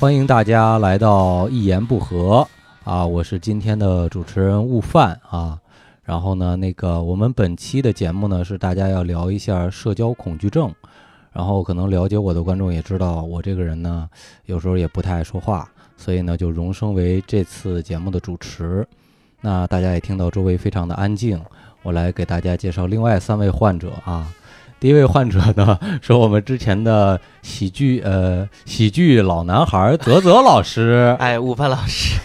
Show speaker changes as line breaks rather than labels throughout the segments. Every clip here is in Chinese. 欢迎大家来到一言不合啊，我是今天的主持人悟饭啊。然后呢，那个我们本期的节目呢是大家要聊一下社交恐惧症。然后可能了解我的观众也知道，我这个人呢有时候也不太爱说话，所以呢就荣升为这次节目的主持。那大家也听到周围非常的安静，我来给大家介绍另外三位患者啊。第一位患者呢，是我们之前的喜剧呃喜剧老男孩泽泽老师。
哎，悟饭老 师，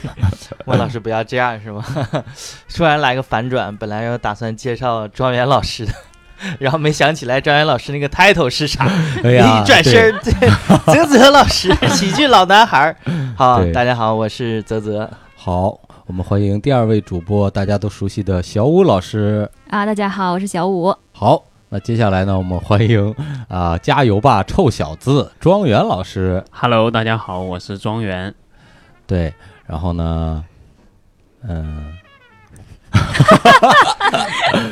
孟老师不要这样是吗？ 突然来个反转，本来要打算介绍庄园老师的，然后没想起来庄园老师那个 title 是啥，
哎呀，
一转身儿，对，泽泽老师，喜剧老男孩 儿。好
对，
大家好，我是泽泽。
对好，我们欢迎第二位主播，大家都熟悉的小武老师。
啊，大家好，我是小五。
好，那接下来呢，我们欢迎啊、加油吧臭小子庄园老师。
Hello，大家好，我是庄园。
对，然后呢，嗯，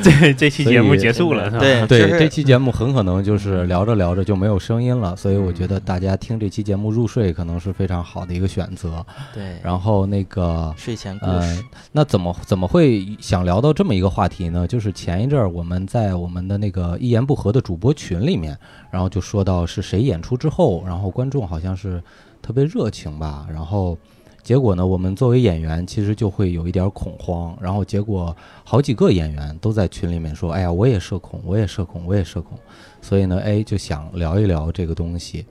这这期节目结束了，是吧？
对
对，
就是
这期节目很可能就是聊着聊着就没有声音了，所以我觉得大家听这期节目入睡可能是非常好的一个选择。
对，
然后那个。
睡前故
呃
事，，
那怎么怎么会想聊到这么一个话题呢？就是前一阵儿我们在我们的那个一言不合的主播群里面，然后就说到是谁演出之后，然后观众好像是特别热情吧，然后结果呢，我们作为演员其实就会有一点儿恐慌，然后结果好几个演员都在群里面说，哎呀，我也社恐，我也社恐，我也社恐，所以呢，哎，就想聊一聊这个东西。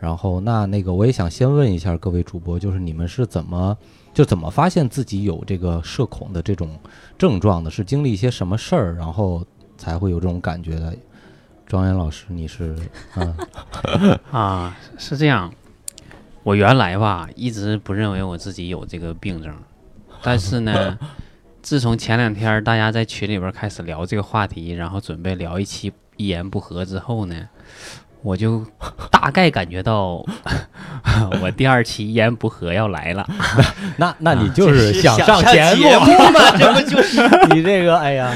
然后，那那个我也想先问一下各位主播，就是你们是怎么就怎么发现自己有这个社恐的这种症状的？是经历一些什么事儿，然后才会有这种感觉的？庄园老师，你是嗯
啊，是这样。我原来吧一直不认为我自己有这个病症，但是呢，自从前两天大家在群里边开始聊这个话题，然后准备聊一期一言不合之后呢，我就大概感觉到 我第二期一言不合要来了。
那那你
啊
就
这
是想上
节
节目，
吗？这不就是
你这个哎呀，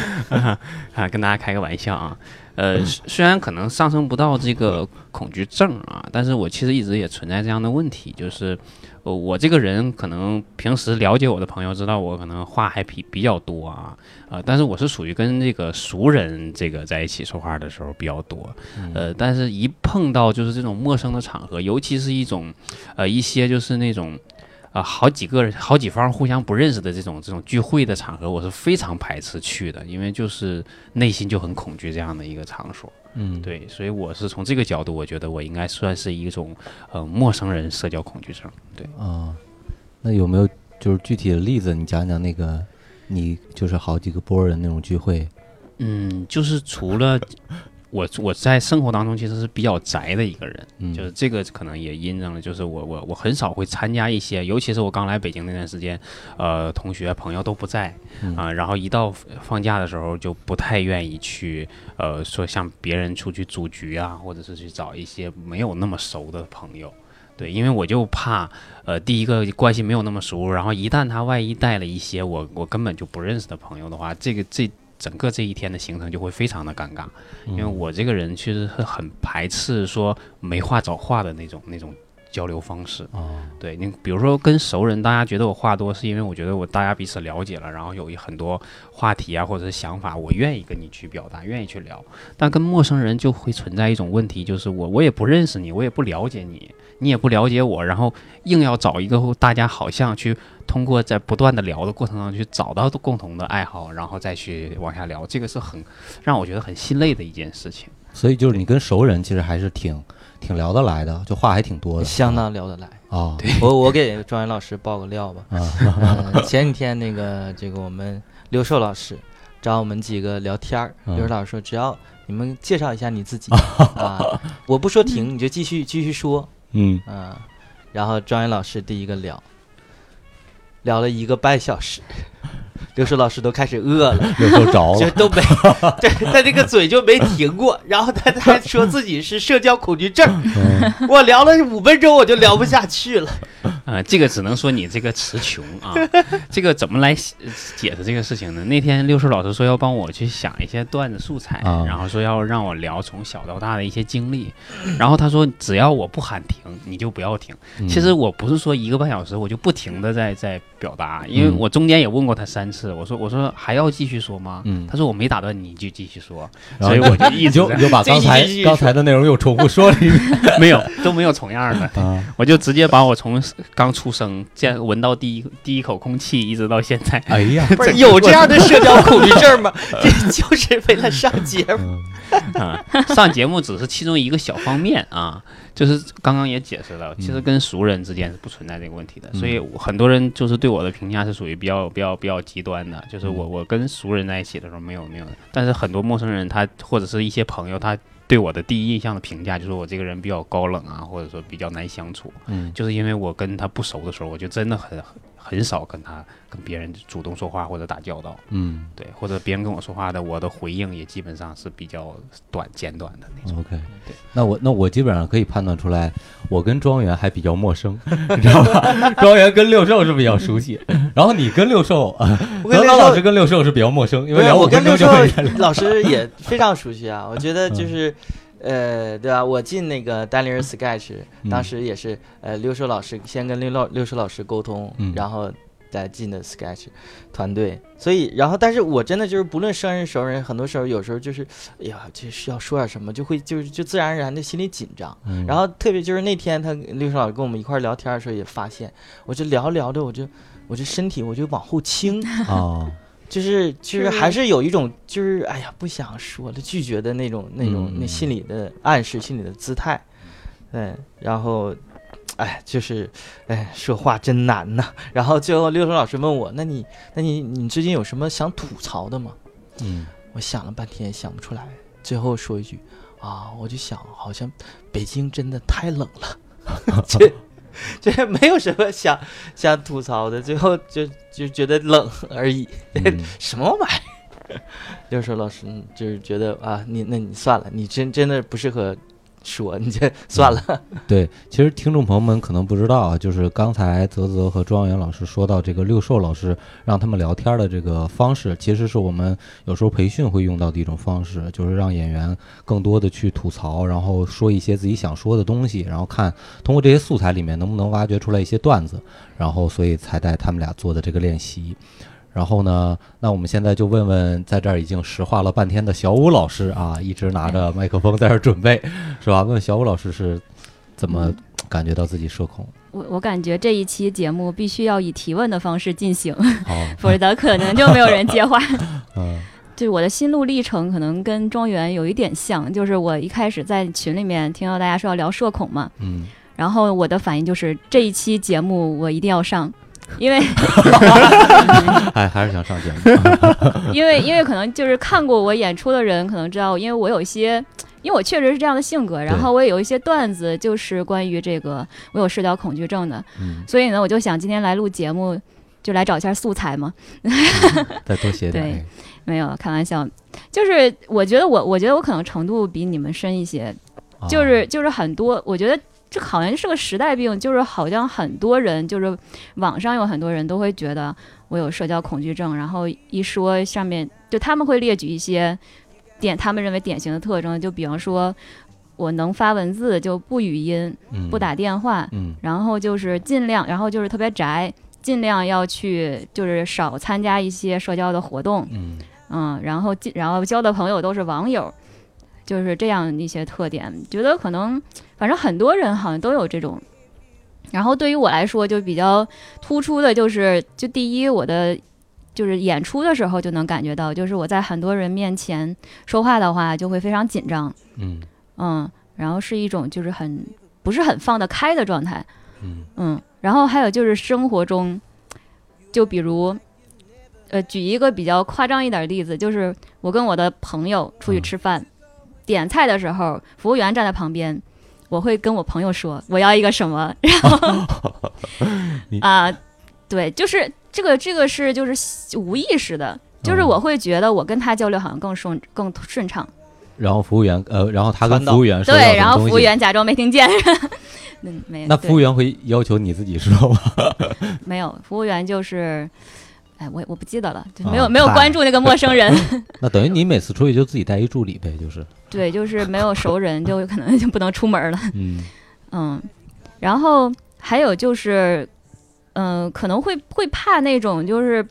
啊，跟大家开个玩笑啊。呃，虽虽然可能上升不到这个恐惧症啊，但是我其实一直也存在这样的问题，就是、呃我这个人可能平时了解我的朋友知道我可能话还比比较多啊，呃，但是我是属于跟这个熟人这个在一起说话的时候比较多，呃，但是一碰到就是这种陌生的场合，尤其是一种呃一些就是那种。啊、好几个人、好几方互相不认识的这种这种聚会的场合，我是非常排斥去的，因为就是内心就很恐惧这样的一个场所。
嗯，
对，所以我是从这个角度，我觉得我应该算是一种呃陌生人社交恐惧症。
啊，那有没有就是具体的例子？你讲讲那个，你就是好几个波人那种聚会，
嗯，就是除了我我在生活当中其实是比较宅的一个人，
嗯，
就是这个可能也印证了，就是我我我很少会参加一些，尤其是我刚来北京那段时间，呃，同学朋友都不在
嗯
啊、然后一到放假的时候就不太愿意去，呃，说像别人出去组局啊，或者是去找一些没有那么熟的朋友。对，因为我就怕，呃，第一个关系没有那么熟，然后一旦他万一带了一些我我根本就不认识的朋友的话，这个这整个这一天的行程就会非常的尴尬。因为
嗯
我这个人其实是很排斥说没话找话的那种那种交流方式。
啊，
对你，比如说跟熟人，大家觉得我话多，是因为我觉得我大家彼此了解了，然后有一很多话题啊或者是想法，我愿意跟你去表达，愿意去聊。但跟陌生人就会存在一种问题，就是我我也不认识你，我也不了解你，你也不了解我，然后硬要找一个大家好像去通过在不断的聊的过程当中去找到共同的爱好，然后再去往下聊，这个是很让我觉得很心累的一件事情。
所以就是你跟熟人其实还是挺挺聊得来的，就话还挺多的，
相当聊得来。
啊，对
我我给庄园老师爆个料吧。
啊，
呃，前几天那个这个我们刘硕老师找我们几个聊天儿，
嗯
刘硕老师说只要你们介绍一下你 自己啊，我不说停，你就继续继续说
嗯，
啊。然后庄园老师第一个聊，聊了一个半小时， 刘硕老师都开始饿了。
有时候着
就
了，
都没，对他这个嘴就没停过，然后他他还说自己是社交恐惧症，
嗯
我聊了五分钟我就聊不下去了，
呃，这个只能说你这个词穷 啊。这个怎么来解解释这个事情呢？那天六叔老师说要帮我去想一些段子素材，
啊
然后说要让我聊从小到大的一些经历，然后他说只要我不喊停，你就不要停。
嗯
其实我不是说一个半小时我就不停的在在表达，因为
嗯
我中间也问过他三次，我说我说还要继续说吗？
嗯
他说我没打断你，你就继续说，
然后
所以我就
你
一直
就你就把刚才
这一集
刚才的内容又重复说了一遍
在没有都没有重样的，
啊
我就直接把我从刚出生见闻到第一第一口空气一直到现在，
哎呀，
不是有这样的社交恐惧 症吗？这 就是为了上节目。
嗯
啊， 上节目只是其中一个小方面啊，就是刚刚也解释了，其实跟熟人之间是不存在这个问题的，所以我很多人就是对我的评价是属于比较比较比较极端的，就是我我跟熟人在一起的时候没有没有，但是很多陌生人他或者是一些朋友他。对我的第一印象的评价就是我这个人比较高冷啊，或者说比较难相处，
嗯
就是因为我跟他不熟的时候，我就真的很很很少跟他跟别人主动说话或者打交道。
嗯
对，或者别人跟我说话的，我的回应也基本上是比较短、简短的那种。
，OK，
对
那我那我基本上可以判断出来，我跟庄园还比较陌生， 你知道吧？庄园跟六兽是比较熟悉，然后你跟六兽，啊
我跟
德
六
刚老师
兽，
跟六兽是比较陌生，因为
对啊
聊嗯
我
五
跟
分
六
钟
兽
就会。
老师也非常熟悉啊。我觉得就是，呃，对吧？我进那个单立人 Sketch，
嗯
当时也是，呃，六兽老师先跟六老六兽老师沟通
嗯，
然后再进的 Sketch 团队。所以，然后，但是我真的就是不论生人熟人，很多时候有时候就是，哎呀，就是要说点什么，就会就是就自然而然的心里紧张。
嗯
然后特别就是那天他六叔老师跟我们一块儿聊天的时候也发现，我就聊聊着我就我这身体我就往 后倾，
哦，
就是就是
是
还是有一种就是哎呀不想说了拒绝的那种那种
嗯
那心理的暗示心理的姿态，对，然后。哎，就是，哎，说话真难呐。 然后最后六叔老师问我，那你，那你，你最近有什么想吐槽的吗？
嗯
我想了半天想不出来，最后说一句啊，我就想好像北京真的太冷了，这这没有什么想想吐槽的，最后就就觉得冷而已，
嗯
什么玩意儿？ 六叔老师嗯就是觉得啊，你那你算了，你真真的不适合说，你这算了，
对，其实听众朋友们可能不知道啊，就是刚才泽泽和庄园老师说到这个六兽老师让他们聊天的这个方式，其实是我们有时候培训会用到的一种方式，就是让演员更多的去吐槽，然后说一些自己想说的东西，然后看通过这些素材里面能不能挖掘出来一些段子，然后所以才带他们俩做的这个练习。然后呢，那我们现在就问问在这儿已经石化了半天的小武老师啊，一直拿着麦克风在这儿准备，是吧？问小武老师是怎么感觉到自己社恐？
我我感觉这一期节目必须要以提问的方式进行，
好，
否则可能就没有人接话。
嗯
就是我的心路历程可能跟庄园有一点像，就是我一开始在群里面听到大家说要聊社恐嘛，
嗯，
然后我的反应就是这一期节目我一定要上，因为
还还是想上节目。
因为因为可能就是看过我演出的人可能知道，因为我有一些，因为我确实是这样的性格，然后我也有一些段子，就是关于这个我有社交恐惧症的，
嗯，
所以呢，我就想今天来录节目，就来找一下素材嘛。
再多写点。哎
没有开玩笑，就是我觉得我我觉得我可能程度比你们深一些，
啊
就是就是很多，我觉得这好像是个时代病，就是好像很多人就是网上有很多人都会觉得我有社交恐惧症，然后一说上面就他们会列举一些点他们认为典型的特征，就比方说我能发文字就不语音不，打电话，
嗯
然后就是尽量，然后就是特别宅，尽量要去就是少参加一些社交的活动，
嗯
嗯，然后尽然后交的朋友都是网友，就是这样一些特点。觉得可能反正很多人好像都有这种。然后对于我来说，就比较突出的就是，就第一，我的就是演出的时候就能感觉到，就是我在很多人面前说话的话，就会非常紧张，
嗯
嗯，然后是一种就是很不是很放得开的状态。
嗯
嗯，然后还有就是生活中，就比如，呃，举一个比较夸张一点的例子，就是我跟我的朋友出去
嗯
吃饭，点菜的时候，服务员站在旁边，我会跟我朋友说我要一个什么，然后
你
啊、对，就是这个这个是就是无意识的，就是
嗯
我会觉得我跟他交流好像更顺更顺畅，
然后服务员呃，然后他跟
传导
服务员说要
对，
什
然
么
后
东
服务
西
员假装没听见，嗯，没，
那
对
服务员会要求你自己说吗？
没有，服务员就是，哎，我也我不记得了，就没有、
啊
没有
嗨
关注那个 陌生人，
那等于你每次出去就自己带一助理呗，就是，
对，就是没有熟人，就可能 就不能出门了，
嗯，
嗯，然后还有就是，嗯、可能会会怕那种就是。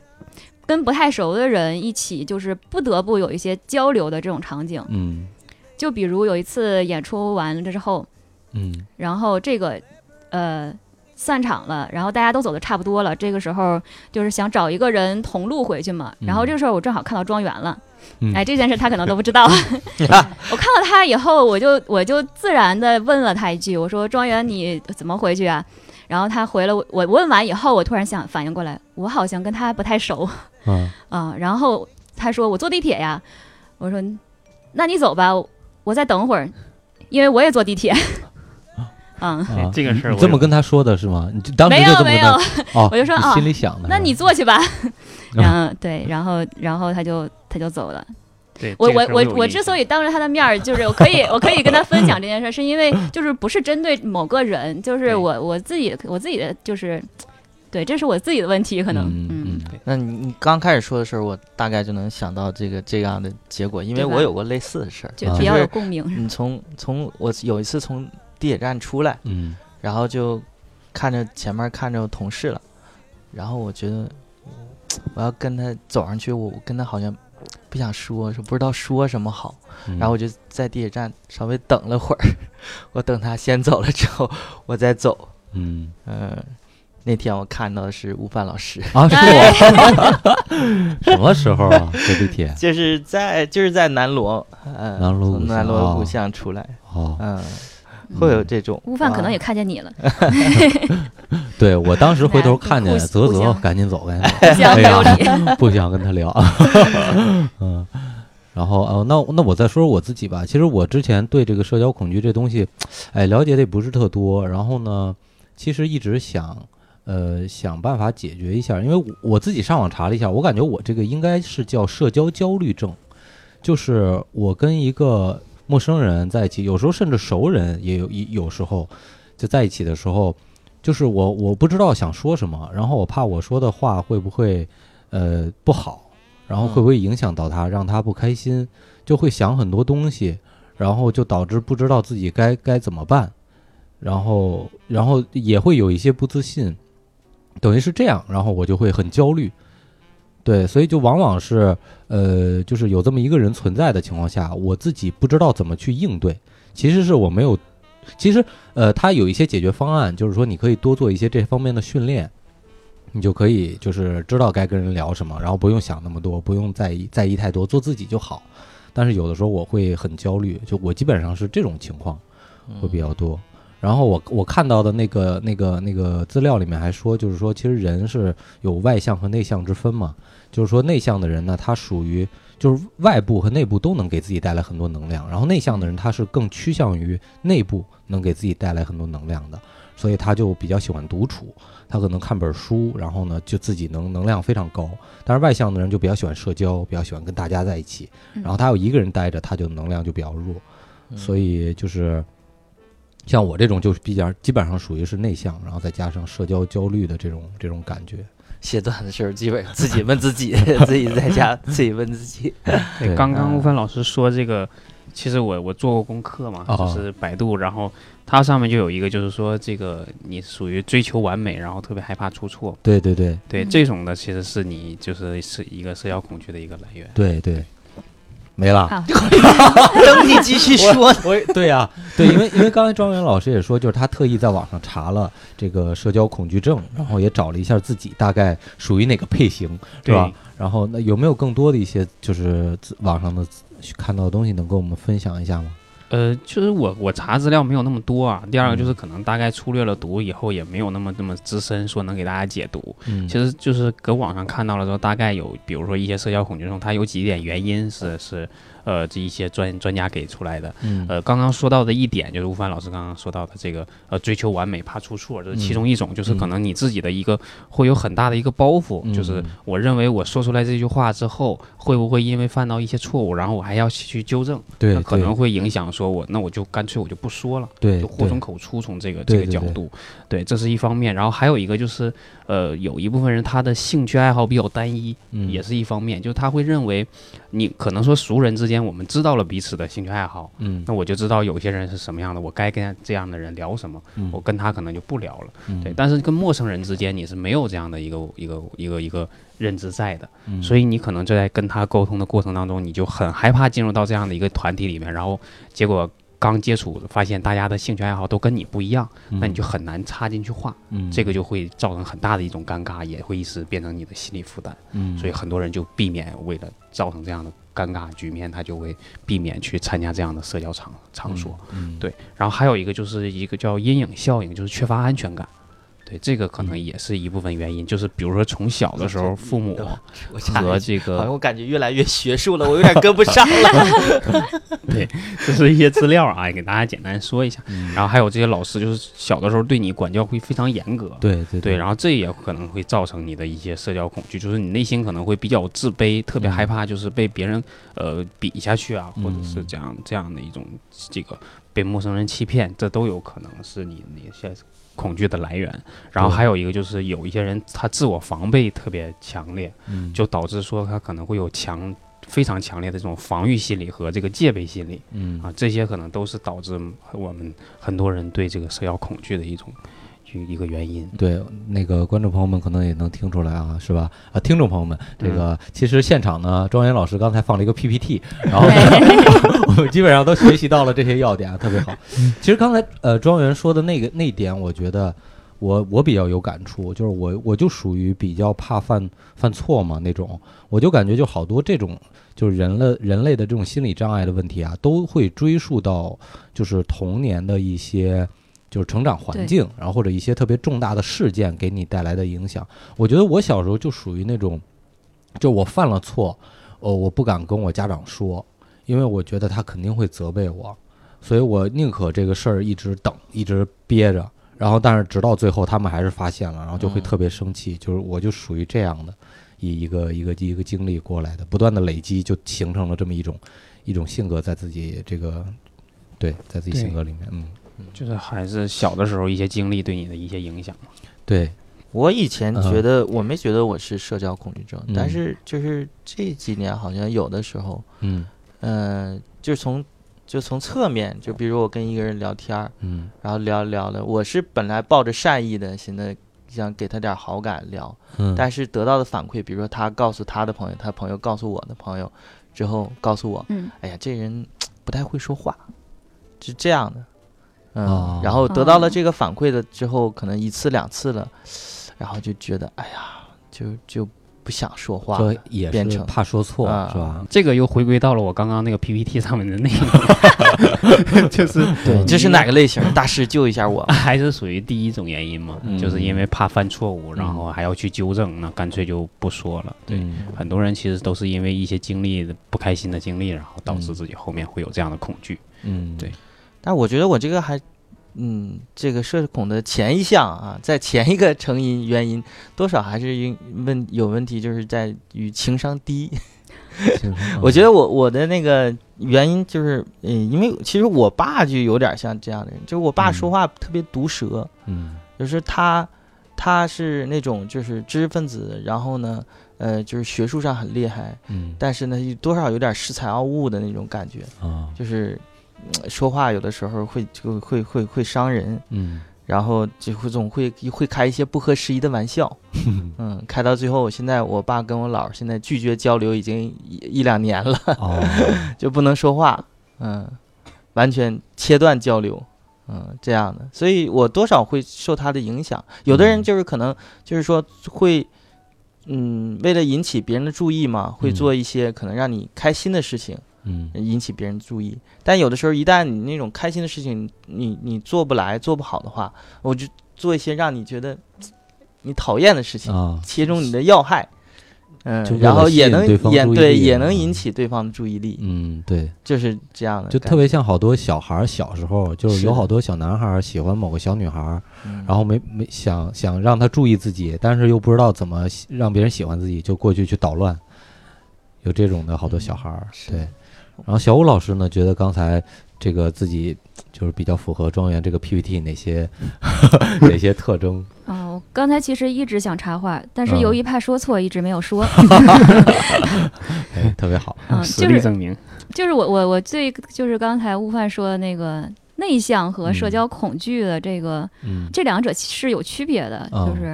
跟不太熟的人一起，就是不得不有一些交流的这种场景。
嗯
就比如有一次演出完了之后，
嗯
然后这个呃散场了，然后大家都走的差不多了，这个时候就是想找一个人同路回去嘛。
嗯
然后这个时候我正好看到庄园了，
嗯
哎，这件事他可能都不 知道。我看到他以后，我就我就自然的问了他一句，我说庄园你怎么回去啊？然后他回了我，我问完以后，我突然想反应过来，我好像跟他不太熟。
啊，
啊，然后他说我坐地铁呀，我说那你走吧，我再等会儿，因为我也坐地铁。嗯，
啊
这个事儿
你
我
这么
有
跟他说的是吗？你就当时
没
就这
有
么
没
跟
有
他，，哦，
我就说
你
啊
心里想的，
那你
是吧
坐去吧。然后对，然后然后他就他就走了。
对，
我
这个
我
事儿
我
有
我
印
之
象
所以当着他的面儿，就是我可以我可以跟他分享这件事，是 因为就是不是针对某个人，就是
对
我我自己我自己的就是。对，这是我自己的问题，可能，
嗯
嗯，
嗯
那你你刚开始说的时候，我大概就能想到这个这样的结果，因为
对吧
我有过类似的事儿。
就
啊
比较
就
有
是
共鸣。
你从从我有一次从地铁站出来，
嗯
然后就看着前面看着同事了，然后我觉得我要跟他走上去，我我跟他好像不想说，说不知道说什么好，
嗯，
然后我就在地铁站稍微等了会儿， 我等他先走了之后，我再走。
嗯
嗯、那天我看到的是悟饭老 师，
啊，是
哎
我什么时候啊？坐地铁
就是在就是在南锣，呃，
南锣鼓
从南
巷
锣鼓
哦
巷出来，
哦，
嗯，会有这种
嗯悟饭可能
啊
也看 见你了，
对我当时回头看见
互
啧
互
啧，
相
赶紧走，赶紧走。
互相
哎
有理。
呀，不想跟他聊。 嗯，然后哦，那那我再说说我自己吧。其实我之前对这个社交恐惧这东西，哎，了解的也不是特多。然后呢，其实一直想呃想办法解决一下，因为我我自己上网查了一下，我感觉我这个应该是叫社交焦虑症，就是我跟一个陌生人在一起，有时候甚至熟人也有一有时候就在一起的时候。就是我，我不知道想说什么，然后我怕我说的话会不会，呃，不好，然后会不会影响到他，让他不开心，就会想很多东西，然后就导致不知道自己该该怎么办，然后然后也会有一些不自信，等于是这样，然后我就会很焦虑，对，所以就往往是呃，就是有这么一个人存在的情况下，我自己不知道怎么去应对，其实是我没有，其实呃，它有一些解决方案，就是说你可以多做一些这方面的训练。你就可以就是知道该跟人聊什么，然后不用想那么多，不用在意在意太多，做自己就好。但是有的时候我会很焦虑，就我基本上是这种情况
嗯
会比较多。然后我我看到的那个那个那个资料里面还说，就是说其实人是有外向和内向之分嘛，就是说内向的人呢，他属于就是外部和内部都能给自己带来很多能量，然后内向的人他是更趋向于内部能给自己带来很多能量的，所以他就比较喜欢独处，他可能看本书，然后呢就自己能能量非常高。但是外向的人就比较喜欢社交，比较喜欢跟大家在一起，
嗯
然后他有一个人待着，他就能量就比较弱，
嗯
所以就是。像我这种就比较基本上属于是内向，然后再加上社交焦虑的这种这种感觉。
写段子的时候，基本上自己问自己， 自己在家自己问自己。
对，
对
哎刚刚
嗯
悟饭老师说这个，其实我我做过功课嘛，
哦
就是百度，然后它上面就有一个，就是说这个你属于追求完美，然后特别害怕出错，
对对对
对、
嗯
这种的其实是你就是是一个社交恐惧的一个来源。
对对，没了。
好，
等你继续说呢，
我对呀、对，因为因为刚才庄园老师也说，就是他特意在网上查了这个社交恐惧症，然后也找了一下自己大概属于哪个类型，是
对
吧？然后那有没有更多的一些就是自网上的自看到的东西能跟我们分享一下吗？
呃，就是我我查资料没有那么多啊。第二个
嗯
就是可能大概粗略了读以后，也没有那么那么资深，说能给大家解读。
嗯
其实就是搁网上看到了之后，大概有，比如说一些社交恐惧症，它有几点原因是是呃这一些专专家给出来的。
嗯
呃，刚刚说到的一点就是吴凡老师刚刚说到的这个呃追求完美怕出错，这是
嗯
其中一种，就是可能你自己的一个会有很大的一个包袱，
嗯
就是我认为我说出来这句话之后，会不会因为犯到一些错误，然后我还要去纠正，
对，
那呃可
对
能会影响说我那我就干脆我就不说了。
对
就祸
对
从口出，从这个这
对
个
对
角
对
度，对，这是一方面。然后还有一个就是，呃，有一部分人他的兴趣爱好比较单一，
嗯
也是一方面，就是他会认为你可能说熟人之间我们知道了彼此的兴趣爱好，
嗯
那我就知道有些人是什么样的，我该跟这样的人聊什么，
嗯
我跟他可能就不聊了。
嗯
对，但是跟陌生人之间你是没有这样的一个一个一个一个认知在的，
嗯
所以你可能就在跟他沟通的过程当中，你就很害怕进入到这样的一个团体里面，然后结果刚接触发现大家的兴趣爱好都跟你不一样，那你就很难插进去话，
嗯
这个就会造成很大的一种尴尬，也会一时变成你的心理负担。
嗯
所以很多人就避免为了造成这样的尴尬局面，他就会避免去参加这样的社交场场所。
嗯
对，然后还有一个就是一个叫阴影效应，就是缺乏安全感。对，这个可能也是一部分原因，就是比如说从小的时候，父母
等会儿 我插
和
一句
这
好像
个，
我感觉越来越学术了，我有点跟不上了。
这是一些资料啊， 给大家简单说一下。然后还有这些老师，就是小的时候对你管教会非常严格。
对对
对，然后这也可能会造成你的一些社交恐惧，就是你内心可能会比较自卑，特
嗯
别害怕就是被别人呃比下去啊，或者是
嗯
这样这样的一种这个被陌生人欺骗，这都有可能是你你现在恐惧的来源。然后
对
还有一个就是有一些人他自我防备特别强烈，
嗯
就导致说他可能会有强非常强烈的这种防御心理和这个戒备心理。
嗯
啊，这些可能都是导致我们很多人对这个社交恐惧的一种一一个原因。
对，那个观众朋友们可能也能听出来啊，是吧？啊，听众朋友们，这个其实现场呢，庄园老师刚才放了一个 PPT，然后呢 我们基本上都学习到了这些要点啊，特别好。其实刚才呃，庄园说的那个那一点，我觉得我我比较有感触，就是我我就属于比较怕犯犯错嘛那种，我就感觉就好多这种就是人类人类的这种心理障碍的问题啊，都会追溯到就是童年的一些。就是成长环
对
境，然后或者一些特别重大的事件给你带来的影响。我觉得我小时候就属于那种，就我犯了错，呃，我不敢跟我家长说，因为我觉得他肯定会责备我，所以我宁可这个事儿一直等，一直憋着。然后，但是直到最后，他们还是发现了，然后就会
嗯
特别生气。就是我就属于这样的一一个一个一个经历过来的，不断的累积，就形成了这么一种一种性格，在自己这个对，在自己
对
性格里面，嗯，
就是还是小的时候一些经历对你的一些影响。
对，
我以前
嗯
觉得我没觉得我是社交恐惧症，
嗯
但是就是这几年好像有的时候，
嗯
嗯，就是从就从侧面，就比如我跟一个人聊天儿，
嗯
然后聊聊了，我是本来抱着善意的，现在想给他点好感聊，
嗯，
但是得到的反馈，比如说他告诉他的朋友，他朋友告诉我的朋友，之后告诉我，
嗯，
哎呀，这人不太会说话，是这样的。嗯，
哦
然后得到了
哦
这个反馈了之后，可能一次两次了，然后就觉得，哎呀，就就不想说话了
这。也
变
是
成
怕说错、
啊
是吧？
这个又回归到了我刚刚那个 PPT 上面的内容， 就是。
对，这是哪个类型？大师救一下我
还是属于第一种原因嘛，
嗯
就是因为怕犯错误，然后还要去纠正，那干脆就不说了。对，
嗯
很多人其实都是因为一些经历的不开心的经历，然后导致自己后面会有这样的恐惧。
嗯，
对
但我觉得我这个还，嗯，这个社恐的前一项啊，在前一个成因原因，多少还是因问有问题，就是在于情商低。
其实
我觉得我我的那个原因就是，嗯，因为其实我爸就有点像这样的人，就是我爸
嗯
说话特别毒舌，
嗯
就是他他是那种就是知识分子，然后呢，呃，就是学术上很厉害，
嗯
但是呢，多少有点恃才傲物的那种感觉，
啊
就是、嗯说话有的时候会就会会会伤人，
嗯
然后就会总会会开一些不合时宜的玩笑，嗯，开到最后，我现在我爸跟我姥儿现在拒绝交流已经一一两年了。
哦
就不能说话，嗯，完全切断交流，嗯，这样的，所以我多少会受他的影响。有的人
嗯
就是可能就是说会，嗯，为了引起别人的注意嘛，会
嗯
做一些可能让你开心的事情，
嗯
引起别人注意。但有的时候，一旦你那种开心的事情，你你做不来、做不好的话，我就做一些让你觉得你讨厌的事情，
啊
切中你的要害。嗯
就，为
然
了
后
吸
也
引
能
对方
也
注意
对
力
也
啊
能引起对方的注意力，
嗯，对，
就是这样的感
就
觉，
特别像好多小孩儿小时候，就是
是
有
的
好多小男孩儿喜欢某个小女孩儿，
嗯，
然后没没想想让她注意自己，但是又不知道怎么喜让别人喜欢自己，就过去去捣乱，有这种的好多小孩儿。
嗯是
对，然后小武老师呢，觉得刚才这个自己就是比较符合庄园这个 PPT 哪些 哪些特征。
嗯，我刚才其实一直想插话，但是
嗯
由于怕说错，一直没 有说。
哎，特别 好，
嗯，
实
就
力
是
证明，
就是我我我最就是刚才悟饭说的那个内向和社交恐惧的这个、
嗯，
这两者其实有区别的，
嗯
就是、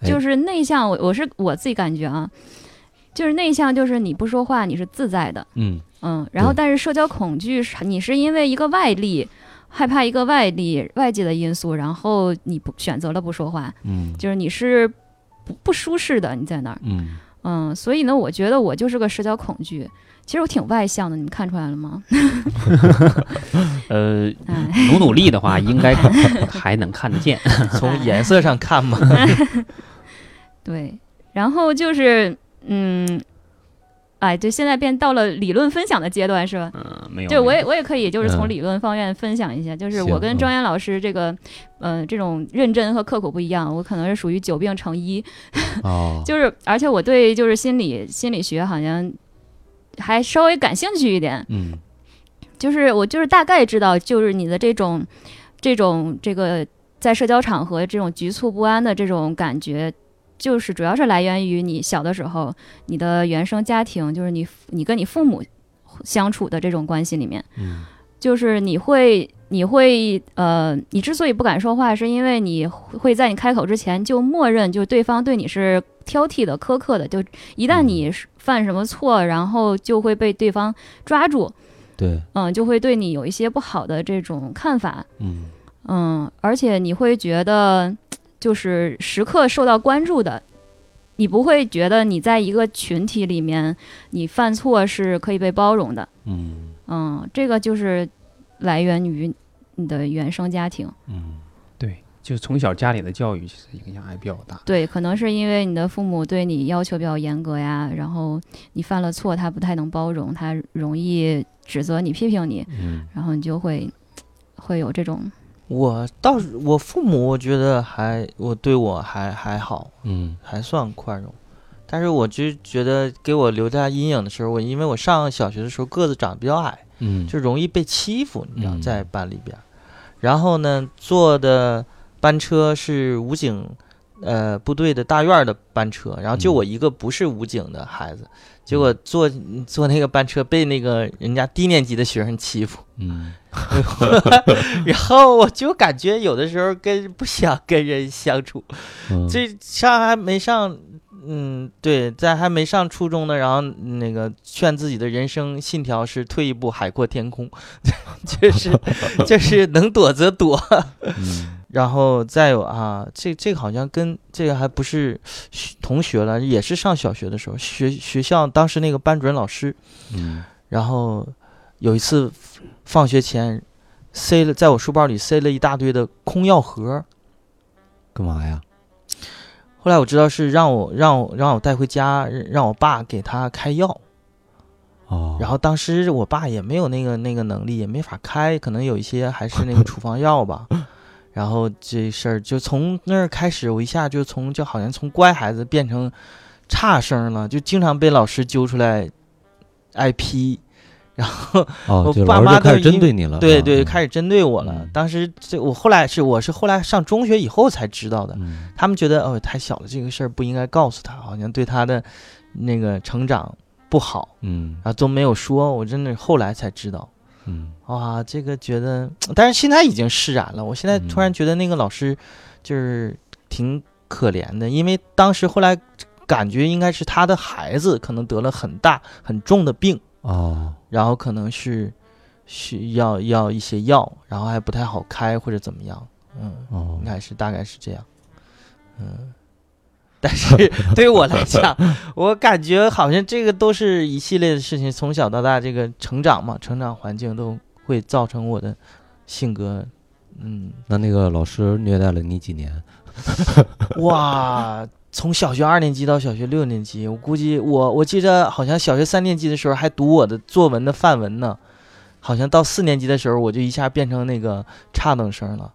哎
就是内向，我我是我自己感觉啊，就是内向就是你不说话你是自在的，
嗯，
嗯，然后
对
但是社交恐惧是你是因为一个外力。害怕一个外力、外界的因素，然后你不选择了不说话，
嗯，
就是你是不不舒适的，你在那儿，
嗯，
嗯，所以呢，我觉得我就是个社交恐惧，其实我挺外向的，你们看出来了吗？
呃，
哎，
努努力的话，应该还能看得见。
从颜色上看嘛，
对，然后就是嗯，哎，对，现在变到了理论分享的阶段是吧？
嗯，没有。
对，我也我也可以，就是从
嗯
理论方面分享一下，就是
行
我跟
嗯
庄岩老师这个，呃，这种认真和刻苦不一样，我可能是属于久病成医，
哦，
就是而且我对就是心理心理学好像还稍微感兴趣一点，
嗯，
就是我就是大概知道，就是你的这种这种这个在社交场合这种局促不安的这种感觉。就是主要是来源于你小的时候，你的原生家庭，就是你你跟你父母相处的这种关系里面，
嗯，
就是你会你会呃，你之所以不敢说话，是因为你会在你开口之前就默认就对方对你是挑剔的、苛刻的，就一旦你犯什么错，然后就会被对方抓住，
对，
嗯，就会对你有一些不好的这种看法，
嗯，
嗯，而且你会觉得就是时刻受到关注的，你不会觉得你在一个群体里面，你犯错是可以被包容的，
嗯，
嗯，这个就是来源于你的原生家庭，
嗯，
对，就从小家里的教育其实影响还比较大。
对，可能是因为你的父母对你要求比较严格呀，然后你犯了错，他不太能包容，他容易指责你、批评你，
嗯，
然后你就会会有这种，
我倒是我父母，我觉得还我对我还还好，
嗯，
还算宽容。但是我就觉得给我留下阴影的时候，我因为我上小学的时候个子长得比较矮，
嗯，
就容易被欺负，你知道，
嗯
在班里边儿。然后呢，坐的班车是武警，呃，部队的大院儿的班车，然后就
嗯
我一个不是武警的孩子，结果坐坐那个班车被那个人家低年级的学生欺负，
嗯，
然后我就感觉有的时候跟不想跟人相处，
嗯，
这上还没上，嗯，对，在还没上初中呢，然后那个劝自己的人生信条是退一步海阔天空， 就是就是能躲则躲。
嗯
然后再有啊，这这个好像跟这个还不是学同学了，也是上小学的时候，学学校当时那个班主任老师，
嗯，
然后有一次放学前塞了在我书包里塞了一大堆的空药盒，
干嘛呀？
后来我知道是让我让我让我带回家，让我爸给他开药。
哦，
然后当时我爸也没有那个那个能力，也没法开，可能有一些还是那个处方药 吧。然后这事儿就从那儿开始，我一下就从就好像从乖孩子变成差生了，就经常被老师揪出来挨批。然后
哦，
我
就
爸
老师
妈
就开
都
始
已
针
经
对你了，
对
嗯
对，开，始针对我了
嗯。
当时这我后来是我是后来上中学以后才知道的，
嗯
他们觉得哦太小了，这个事儿不应该告诉他，好像对他的那个成长不好，
嗯
然后都没有说。我真的后来才知道，
嗯
哇，这个觉得，但是现在已经释然了。我现在突然觉得那个老师就是挺可怜的，因为当时后来感觉应该是他的孩子可能得了很大很重的病，
哦，
然后可能是需要要一些药，然后还不太好开或者怎么样，嗯。
哦
应，该是大概是这样，嗯。但是对我来讲，我感觉好像这个都是一系列的事情，从小到大这个成长嘛，成长环境都会造成我的性格。嗯，
那那个老师虐待了你几年？
哇，从小学二年级到小学六年级，我估计我我记着好像小学三年级的时候还读我的作文的范文呢，好像到四年级的时候我就一下变成那个差等生了。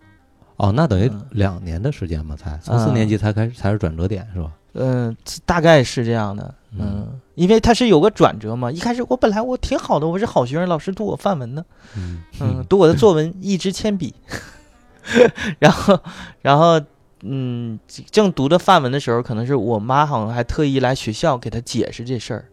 哦，那等于
嗯
两年的时间嘛，才从四
嗯
年级才开始才是转折点是吧？
嗯，大概是这样的，
嗯
嗯，因为它是有个转折嘛。一开始我本来我挺好的，我是好学生，老师读我范文呢，
嗯
嗯，读我的作文一支铅笔， 然后，然后，嗯，正读着范文的时候，可能是我妈好像还特意来学校给他解释这事儿，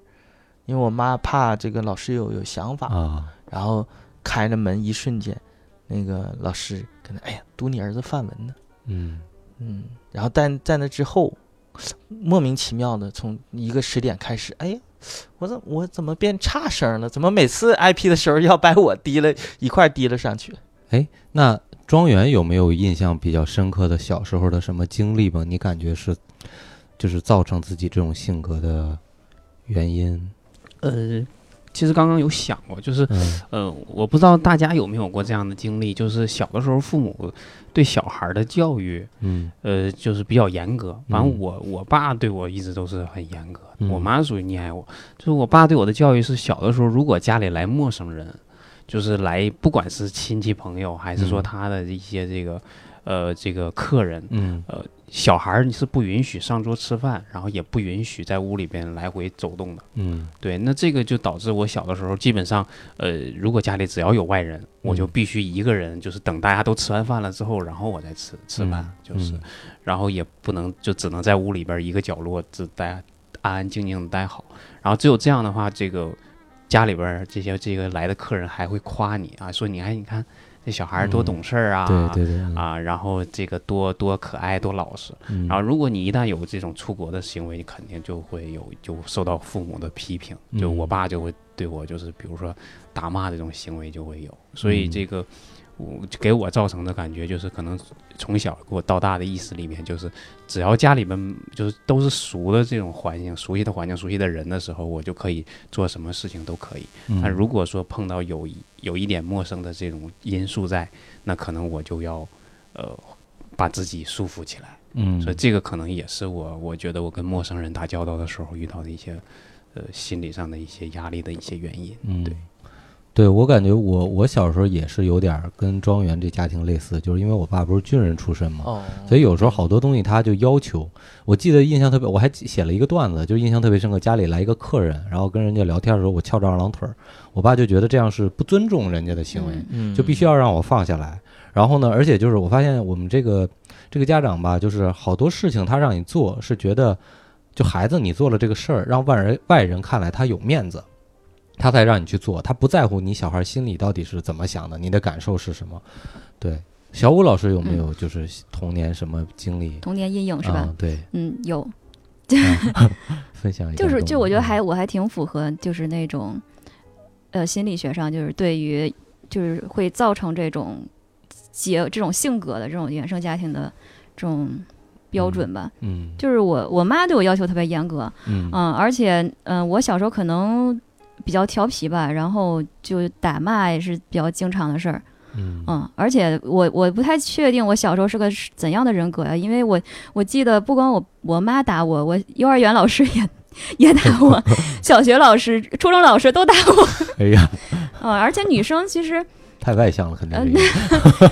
因为我妈怕这个老师有有想法，
啊，
然后开着门一瞬间，那个老师可能哎呀，读你儿子范文呢。
嗯
嗯，然后但在那之后，莫名其妙的从一个十点开始，哎呀，我怎我怎么变差生了？怎么每次 IP 的时候要把我提了一块儿提了上去？
那庄园有没有印象比较深刻的小时候的什么经历吗？你感觉是就是造成自己这种性格的原因？
呃，其实刚刚有想过，就是
嗯
呃，我不知道大家有没有过这样的经历，就是小的时候父母对小孩儿的教育，
嗯
呃，就是比较严格。反
嗯
正我我爸对我一直都是很严格，
嗯
我妈属于溺爱我。就是我爸对我的教育是，小的时候如果家里来陌生人，就是来不管是亲戚朋友，还是
嗯
说他的一些这个、呃这个客人，
嗯
小孩儿你是不允许上桌吃饭，然后也不允许在屋里边来回走动的。
嗯
对，那这个就导致我小的时候基本上，呃，如果家里只要有外人，我就
嗯
必须一个人，就是等大家都吃完饭了之后，然后我再吃吃饭，
嗯
就是
嗯，
然后也不能就只能在屋里边儿一个角落只待安安静静的待好，然后只有这样的话，这个家里边儿这些这个来的客人还会夸你啊，说你哎你看这小孩儿多
嗯
懂事儿啊，
呃
对对对，嗯
啊，然后这个多多可爱多老实，
嗯
然后，如果你一旦有这种出国的行为，你肯定就会有就受到父母的批评。就我
嗯
爸就会对我，就是比如说打骂这种行为就会有。所以这
嗯
个我给我造成的感觉就是，可能从小给我到大的意识里面，就是只要家里面就是都是熟的这种环境、熟悉的环境、熟悉的人的时候，我就可以做什么事情都可以。但
嗯
如果说碰到有一有一点陌生的这种因素在，那可能我就要呃把自己束缚起来。
嗯
所以这个可能也是我我觉得我跟陌生人打交道的时候遇到的一些呃心理上的一些压力的一些原因。
嗯，
对，
对我感觉我我小时候也是有点儿跟庄园这家庭类似，就是因为我爸不是军人出身嘛，
哦，
所以有时候好多东西他就要求。我记得印象特别，我还写了一个段子，就是印象特别深刻。家里来一个客人，然后跟人家聊天的时候，我翘着二郎腿儿，我爸就觉得这样是不尊重人家的行为，
嗯
嗯
就必须要让我放下来。然后呢，而且就是我发现我们这个这个家长吧，就是好多事情他让你做，是觉得就孩子你做了这个事儿，让外人外人看来他有面子，他才让你去做，他不在乎你小孩心里到底是怎么想的，你的感受是什么。对，小武老师有没有就是童年什么经历？
嗯童年阴影是吧？
嗯 对，啊
嗯，有，
分享一下。
就是就我觉得还
嗯
我还挺符合就是那种，呃，心理学上就是对于就是会造成这种结这种性格的这种原生家庭的这种标准吧。
嗯
就是我我妈对我要求特别严格，
嗯
嗯，而且嗯、呃我小时候可能比较调皮吧，然后就打骂也是比较经常的事儿。
嗯
嗯，而且我我不太确定我小时候是个是怎样的人格呀、因为我我记得不光我我妈打我，我幼儿园老师也也打我， 小学老师、初中老师都打我。
哎呀，
嗯，而且女生其实
太外向了，肯
嗯
定 是。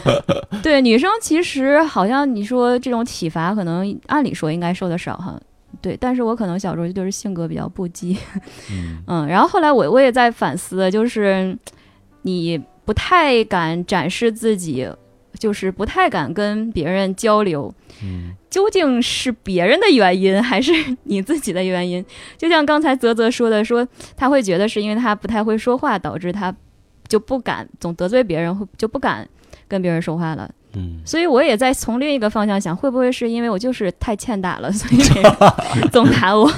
对女生其实好像你说这种体罚，可能按理说应该受的少哈。对，但是我可能小时候就是性格比较不羁，
嗯
嗯，然后后来我我也在反思，就是你不太敢展示自己，就是不太敢跟别人交流，
嗯
究竟是别人的原因还是你自己的原因？就像刚才泽泽说的，说他会觉得是因为他不太会说话，导致他就不敢总得罪别人，会就不敢跟别人说话了。
嗯
所以我也在从另一个方向想，会不会是因为我就是太欠打 了， 所以别人总打我？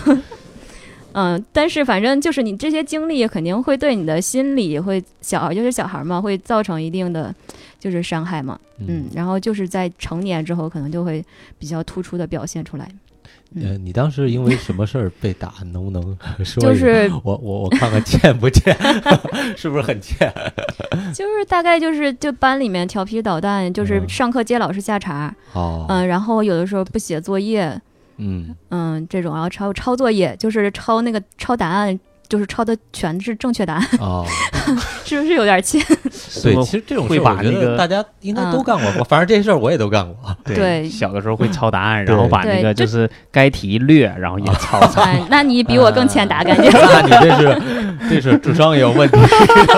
嗯，但是反正就是你这些经历肯定会对你的心理会小，就是小孩嘛，会造成一定的就是伤害嘛。嗯，然后就是在成年之后，可能就会比较突出的表现出来。嗯
呃，你当时因为什么事儿被打？ 能不能说一下？
就是
我我我看看欠不欠， 是不是很欠？
就是大概就是就班里面调皮捣蛋，就是
嗯
上课接老师下茬，
哦，
嗯，然后有的时候不写作业，
嗯
嗯，这种，然后抄抄作业，就是抄那个抄答案，就是抄的全是正确答案，
哦，
是不是有点气？
对
什，么
其实这种
会
事儿
把
我觉
那
得
个
大家应该都
嗯
干过，我反正这事儿我也都干 过。
对
小的时候会抄答案，
对
然后把那
对
个
这
就是该题略，然后也抄 抄。
哎，那你比我更欠打，感觉。
那你这是这是智商也有问题。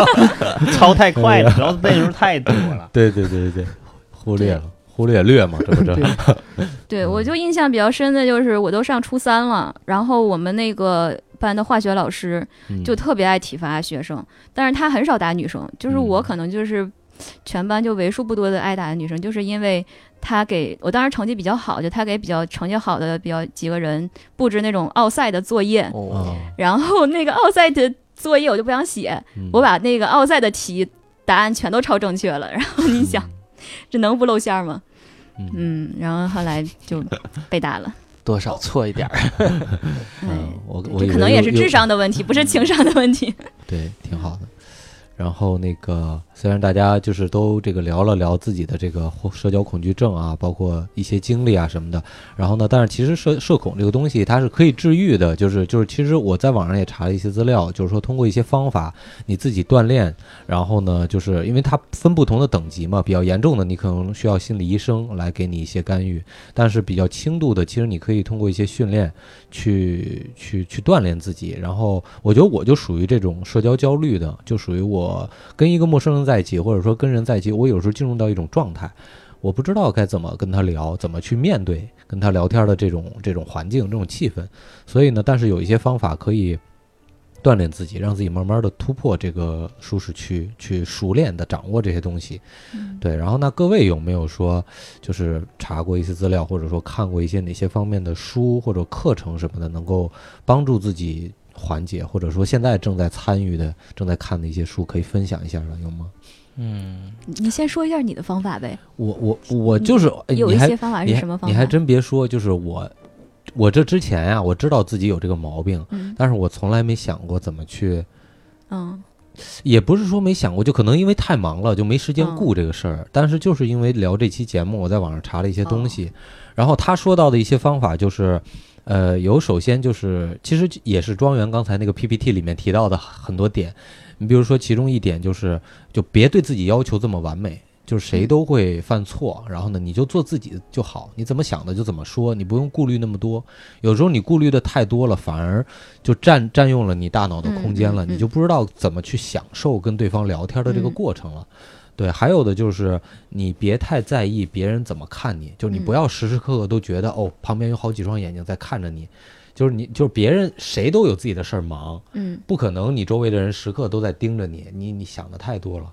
抄太快了，主要是内容太多了。
对对对对对，忽略了忽略略嘛，这不这
对，我就印象比较深的就是，我都上初三了，然后我们那个班的化学老师
嗯
就特别爱体罚学生，但是他很少打女生，就是我可能就是全班就为数不多的挨打的女生，就是因为他给我当时成绩比较好，就他给比较成绩好的比较几个人布置那种奥赛的作业，
哦，
哦
然后那个奥赛的作业我就不想写，
嗯
我把那个奥赛的题答案全都抄正确了， 然后你想，这能不露馅儿吗？
嗯嗯
嗯，然后后来就被打了。
多少错一点儿，
哎，
嗯，我
对
我
这
以
可能
为
也
又
是
又
智商的问题，不是情商的问 题。
对，挺好的。然后那个，虽然大家就是都这个聊了聊自己的这个社交恐惧症啊，包括一些经历啊什么的，然后呢，但是其实社社恐这个东西它是可以治愈的，就是就是其实我在网上也查了一些资料，就是说通过一些方法，你自己锻炼，然后呢，就是因为它分不同的等级嘛，比较严重的你可能需要心理医生来给你一些干预，但是比较轻度的，其实你可以通过一些训练，去去去锻炼自己。然后我觉得我就属于这种社交焦虑的，就属于我跟一个陌生人在一起，或者说跟人在一起，我有时候进入到一种状态，我不知道该怎么跟他聊，怎么去面对跟他聊天的这种这种环境、这种气氛。所以呢，但是有一些方法可以。锻炼自己，让自己慢慢的突破这个舒适区，去熟练的掌握这些东西。对，然后那各位有没有说，就是查过一些资料，或者说看过一些哪些方面的书或者课程什么的，能够帮助自己缓解，或者说现在正在参与的、正在看的一些书，可以分享一下的，有吗？
嗯，
你先说一下你的方法呗，
我我我就是，哎
有
你
一
还
些方法
你
是
还
什么方法？
你还真别说，就是我，我这之前呀、我知道自己有这个毛病，
嗯
但是我从来没想过怎么去，
嗯
也不是说没想过，就可能因为太忙了，就没时间
嗯
顾这个事儿。但是就是因为聊这期节目，我在网上查了一些东西，
嗯
然后他说到的一些方法就是，呃，有首先就是其实也是庄园刚才那个 PPT 里面提到的很多点，你比如说其中一点就是，就别对自己要求这么完美。就是
嗯
谁都会犯错，然后呢，你就做自己就好，你怎么想的就怎么说，你不用顾虑那么多。有时候你顾虑的太多了，反而就占占用了你大脑的空间了，
嗯嗯嗯
你就不知道怎么去享受跟对方聊天的这个
嗯
过程了。对，还有的就是你别太在意别人怎么看你，就是你不
嗯
要时时刻刻都觉得、哦，旁边有好几双眼睛在看着你，就是你就是别人谁都有自己的事儿忙，
嗯
不可能，你周围的人时刻都在盯着你，你你想的太多了，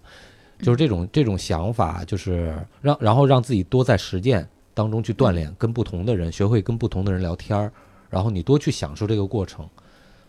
就是这种这种想法，就是让然后让自己多在实践当中去锻
嗯
炼，跟不同的人学会跟不同的人聊天儿，然后你多去享受这个过程，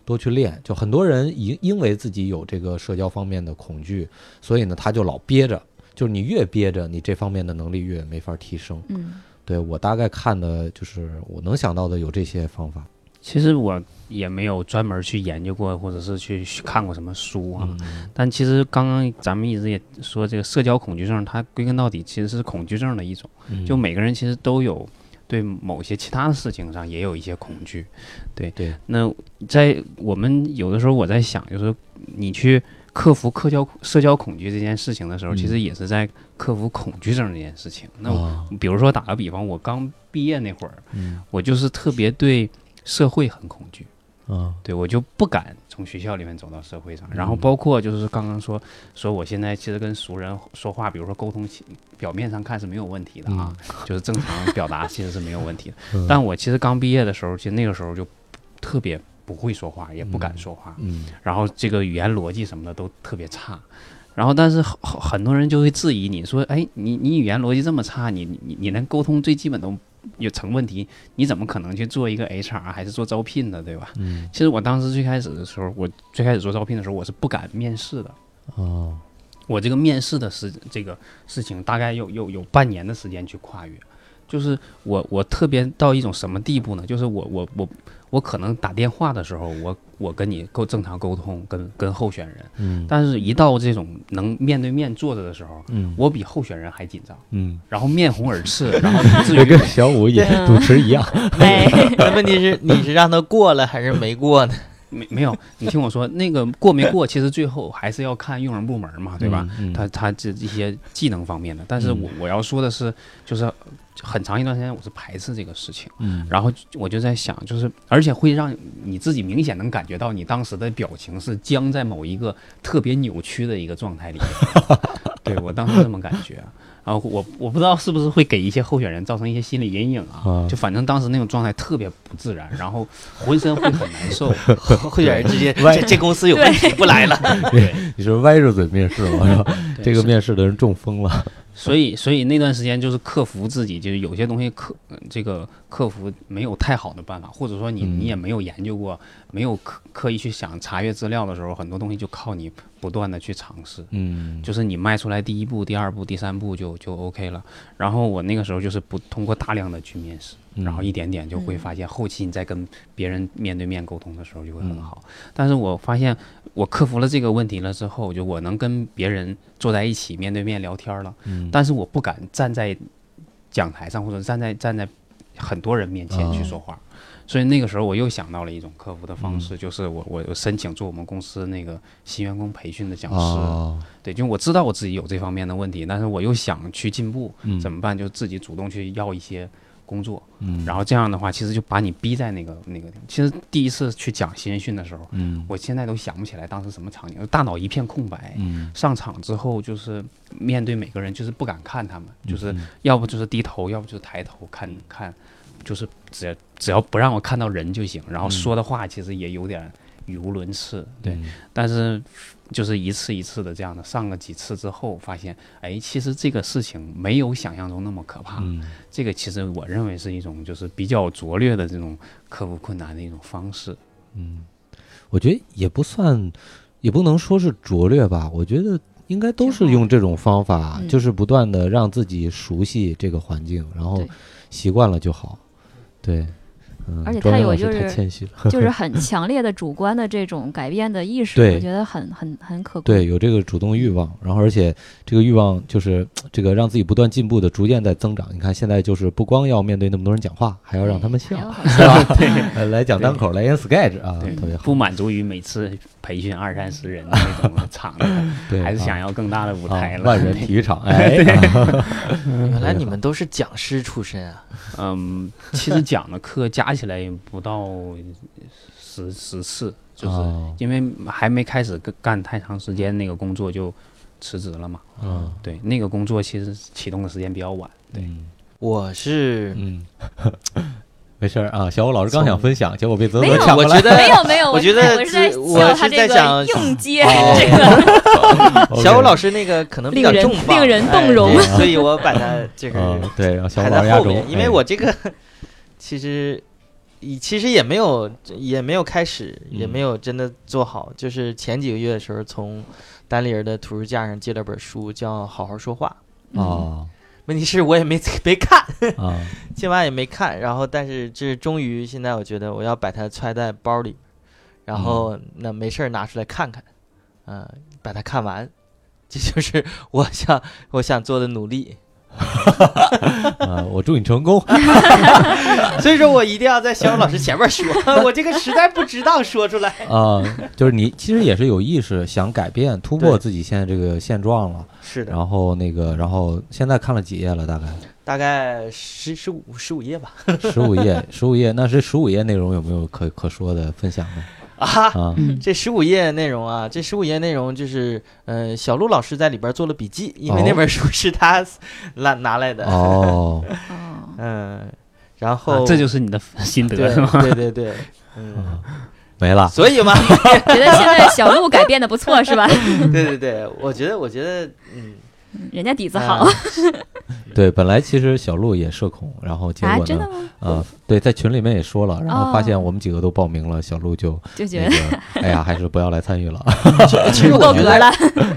多去练。就很多人因因为自己有这个社交方面的恐惧，所以呢他就老憋着，就是你越憋着，你这方面的能力越没法提升。
嗯
对我大概看的就是我能想到的有这些方法。
其实我也没有专门去研究过，或者是去去看过什么书啊。
嗯
但其实刚刚咱们一直也说，这个社交恐惧症，它归根到底其实是恐惧症的一种。
嗯
嗯就每个人其实都有对某些其他的事情上也有一些恐惧。对
对，
那在我们有的时候我在想，就是你去克服社交社交恐惧这件事情的时候，
嗯
其实也是在克服恐惧症这件事情。那我
啊
比如说打个比方，我刚毕业那会儿，
嗯
我就是特别对社会很恐惧。
啊
对我就不敢从学校里面走到社会上，然
嗯
后包括就是刚刚说说我现在其实跟熟人说话，比如说沟通起，表面上看是没有问题的啊，就是正常表达其实是没有问题的。
嗯
但我其实刚毕业的时候，其实那个时候就特别不会说话，也不敢说话，
嗯
然后这个语言逻辑什么的都特别差。然后，但是很很很多人就会质疑你说，哎，你你语言逻辑这么差，你你你连沟通最基本都有成问题，你怎么可能去做一个 HR 还是做招聘的，对吧？
嗯
其实我当时最开始的时候，我最开始做招聘的时候，我是不敢面试的。
哦。
我这个面试的事，这个事情大概有有有半年的时间去跨越。就是我我特别到一种什么地步呢？就是我我我我可能打电话的时候，我我跟你够正常沟通，跟跟候选人，
嗯
但是一到这种能面对面坐着的时候，
嗯
我比候选人还紧张，
嗯，
然后面红耳 赤，然后以至
这
于
跟小五也
对
主持一样，
对，
那问题是你是让他过了还是没过呢？
没没有，你听我说，那个过没过，其实最后还是要看用人部门嘛，对吧？
嗯？嗯
他他这一些技能方面的，但是
嗯
我我要说的是，就是很长一段时间我是排斥这个事情，
嗯
然后我就在想，就是而且会让你自己明显能感觉到你当时的表情是僵在某一个特别扭曲的一个状态里面， 对我当时这么感觉。然后我我不知道是不是会给一些候选人造成一些心理阴影啊
啊，
就反正当时那种状态特别不自然，然后浑身会很难受。
候选人 直接这这公司有问题，不来了。
你是歪着嘴面试吗？是吧？
对
这个
是
面试的人中风了。
所以，所以那段时间就是克服自己，就是有些东西克呃这个克服没有太好的办法，或者说你
嗯
你也没有研究过，没有刻刻意去想查阅资料的时候，很多东西就靠你不断的去尝试。
嗯
就是你迈出来第一步、第二步、第三步就就 OK 了。然后我那个时候就是不通过大量的去面试，
嗯
然后一点点就会发现，后期你在跟别人面对面沟通的时候就会
嗯
很好。但是我发现我克服了这个问题了之后，就我能跟别人坐在一起面对面聊天了，
嗯
但是我不敢站在讲台上或者站在站在很多人面前去说话。
哦
所以那个时候，我又想到了一种克服的方
嗯
式，就是我我我申请做我们公司那个新员工培训的讲师，
哦，
对，就我知道我自己有这方面的问题，但是我又想去进步，
嗯
怎么办？就自己主动去要一些工作，
嗯
然后这样的话，其实就把你逼在那个那个。其实第一次去讲新人训的时候，
嗯
我现在都想不起来当时什么场景，大脑一片空白。
嗯
上场之后，就是面对每个人，就是不敢看他们，就是
嗯
要不就是低头，要不就是抬头看看，就是只要只要不让我看到人就行。然后说的话其实也有点语无伦次，对。
嗯
但是就是一次一次的这样的上了几次之后，发现哎，其实这个事情没有想象中那么可怕。
嗯
这个其实我认为是一种就是比较拙劣的这种克服困难的一种方式。
嗯，我觉得也不算，也不能说是拙劣吧。我觉得应该都是用这种方法，
嗯
就是不断的让自己熟悉这个环境，然后
对
习惯了就好。对，嗯，
而且
庄
他
园
有
老师
就
太
是
谦虚了。
就是很强烈的主观的这种改变的意识，
对
我觉得很很很可贵。
对，有这个主动欲望，然后而且这个欲望就是这个让自己不断进步的，逐渐在增长。你看现在就是不光要面对那么多人讲话，还要让他们笑
哎
还，哎有好
是吧？ 呃来讲单口，来演 sketch 啊，
对
特别，
不
好。
满足于每次培训二三十人的那种 场子，
对，
还是
啊
想要更大的舞台
啊
了。
万人体育场，哎，啊
原来你们都是讲师出身啊，
嗯，其实讲的课加起来也不到十十次，就是
哦
因为还没开始干干太长时间那个工作就辞职了嘛。
嗯，
对，那个工作其实启动的时间比较晚。
对，
我是
嗯，没事儿啊。小五老师刚想分享，结果被泽泽
没有
抢过
我
来
觉， 得
没有没有，
我觉得
我是在
这我
笑他
是在
这
想
个硬接
哦
这个，
小五老
师，
师那个可能比较
令人
重磅，
令人
哎
动容
对所以我把它这个
嗯，对，让小五
排
老师
在
压
后
轴
面，，因
哎
为我这个其实以其实也没有也没有开始，也
嗯
没有真的做好，就是前几个月的时候从单立人的图书架上借了本书，叫《好好说话》。哦
啊
问题是我也没没看，
啊，
今晚也没看，然后但是这终于现在我觉得我要把它揣在包里，然
嗯
后那没事儿拿出来看看，嗯、把它看完，这就是我想我想做的努力。
啊我祝你成功。
所以说我一定要在小雨老师前面说， 我这个实在不值当说出来。
啊、就是你其实也是有意识想改变、突破
对
自己现在这个现状了。
是的，
然后那个，然后现在看了几页了？大 概
大概十十五十五页吧。
十五页，十五页。那是十五页内容有没有可可说的、分享 的
啊，
啊？
这十五页内容啊，这十五页内容就是，呃，小鹿老师在里边做了笔记，因为那
哦
本书是他拿拿来的。
哦，
哦
嗯，然
啊
后、
这就是你的 心得
对
是吗？
对对对， 嗯，
没了。
所以嘛，
觉得现在小鹿改变的不错是吧？
对对对，我觉得我觉得，嗯，
嗯人家底子
呃
好
对，本来其实小鹿也社恐，然后结
啊，
果
真
呢
的，吗？
呃，对，在群里面也说了，然后
哦
发现我们几个都报名了，小鹿就
就觉
那
得
个，哎呀，还是不要来参与了。
呃 其实
不
我
够
觉
格
得
了，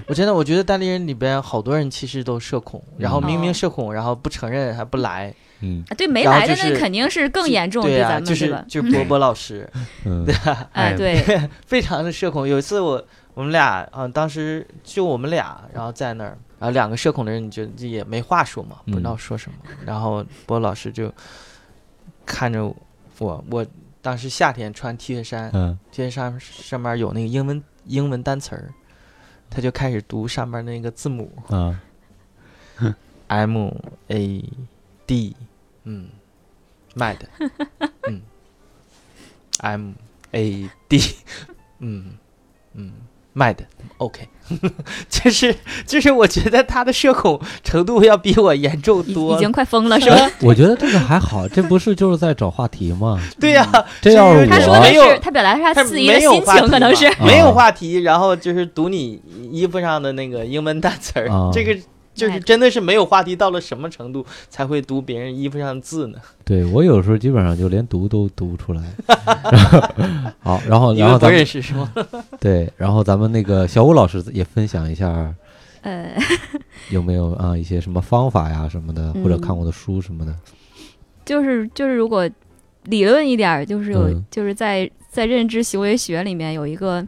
我真的，我觉得单立人里边好多人其实都社恐，然后明明
哦
社恐，然后不承认还不来，
嗯
啊对没
然后
来的
就
那
是
肯定是更严重，
对
对
呀、
咱们
就
对
是
吧？
就波 波老师，
嗯
对吧？
哎，
哎
对，
非常的社恐。有一次我我们俩啊，当时就我们俩，然后在那儿，然后两个社恐的人，你就也没话说嘛，
嗯
不知道说什么。然后波老师就看着我，我当时夏天穿 T 恤衫，
嗯
T 恤衫上面有那个英文英文单词儿，他就开始读上面那个字母
啊
M A D，嗯，mad，嗯，M A D，嗯嗯，mad，OK，、就是就是我觉得他的社恐程度要比我严重
已
多
已
了
经快疯了是吧？
呃我觉得这个还好，这不是就是在找话题吗？
对呀、
这要是
嗯
他说的
没有
是他表达是
他
他四一的
没有
心
话
情，
题
可能
嘛
是
没有
啊
话题，然后就是读你衣服上的那个英文单词儿
啊，
这个就是
哎
真的是没有话题到了什么程度才会读别人衣服上的字呢？
对我有时候基本上就连读都读不出来。好，然后
你
然
们
后
不
咱
认
们
识是吗？
对，然后咱们那个小武老师也分享一下
呃，
有没有啊一些什么方法呀什么的，或者
嗯
看过的书什么的。
就是就是如果理论一点儿，就是有、
嗯
就是在在认知行为学里面有一个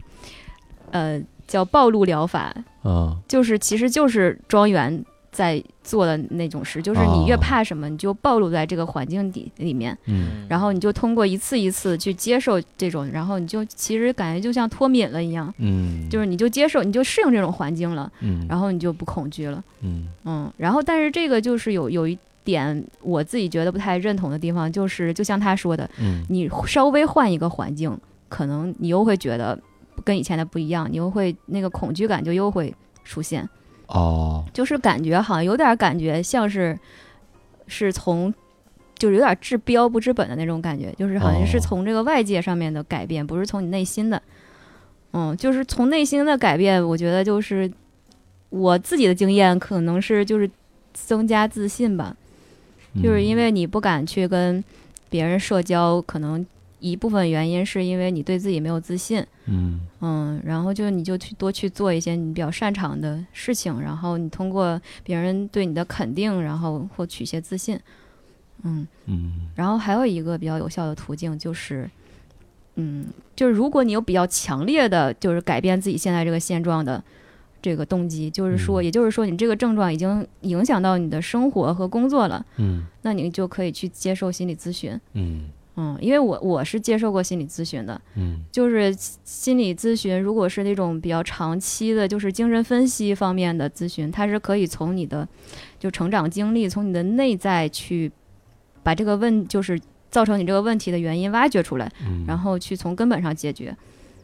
呃叫暴露疗法，
啊
就是其实就是庄园在做的那种事，就是你越
哦
怕什么，你就暴露在这个环境里里面，
嗯
然后你就通过一次一次去接受这种，然后你就其实感觉就像脱敏了一样，
嗯，
就是你就接受，你就适应这种环境了，
嗯
然后你就不恐惧了。
嗯
嗯，然后但是这个就是有有一点我自己觉得不太认同的地方，就是就像他说的，
嗯
你稍微换一个环境，可能你又会觉得跟以前的不一样，你又会那个恐惧感就又会出现，
哦
就是感觉好像有点感觉像是是从。就是有点治标不治本的那种感觉，就是好像是
哦
从这个外界上面的改变，不是从你内心的。嗯，就是从内心的改变，我觉得就是我自己的经验，可能是就是增加自信吧。
嗯
就是因为你不敢去跟别人社交，可能一部分原因是因为你对自己没有自信，
嗯
嗯，然后就你就去多去做一些你比较擅长的事情，然后你通过别人对你的肯定，然后获取一些自信，嗯，
嗯
然后还有一个比较有效的途径就是，嗯，就是如果你有比较强烈的就是改变自己现在这个现状的这个动机，就是说，
嗯
也就是说你这个症状已经影响到你的生活和工作了。
嗯
那你就可以去接受心理咨询。
嗯
嗯，因为我我是接受过心理咨询的，
嗯
就是心理咨询，如果是那种比较长期的，就是精神分析方面的咨询，它是可以从你的就成长经历，从你的内在去把这个问，就是造成你这个问题的原因挖掘出来，
嗯，
然后去从根本上解决。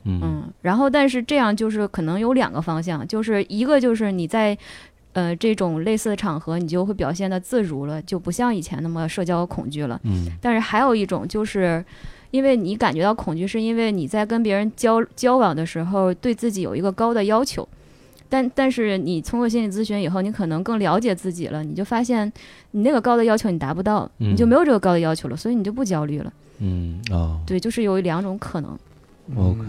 嗯
嗯，然后但是这样就是可能有两个方向，就是一个就是你在呃这种类似的场合，你就会表现的自如了，就不像以前那么社交恐惧了。
嗯
但是还有一种就是。因为你感觉到恐惧，是因为你在跟别人交交往的时候，对自己有一个高的要求，但但是你通过心理咨询以后，你可能更了解自己了，你就发现你那个高的要求你达不到，你就
嗯
没有这个高的要求了，所以你就不焦虑了。
嗯哦
对，就是有两种可能。
嗯
，OK，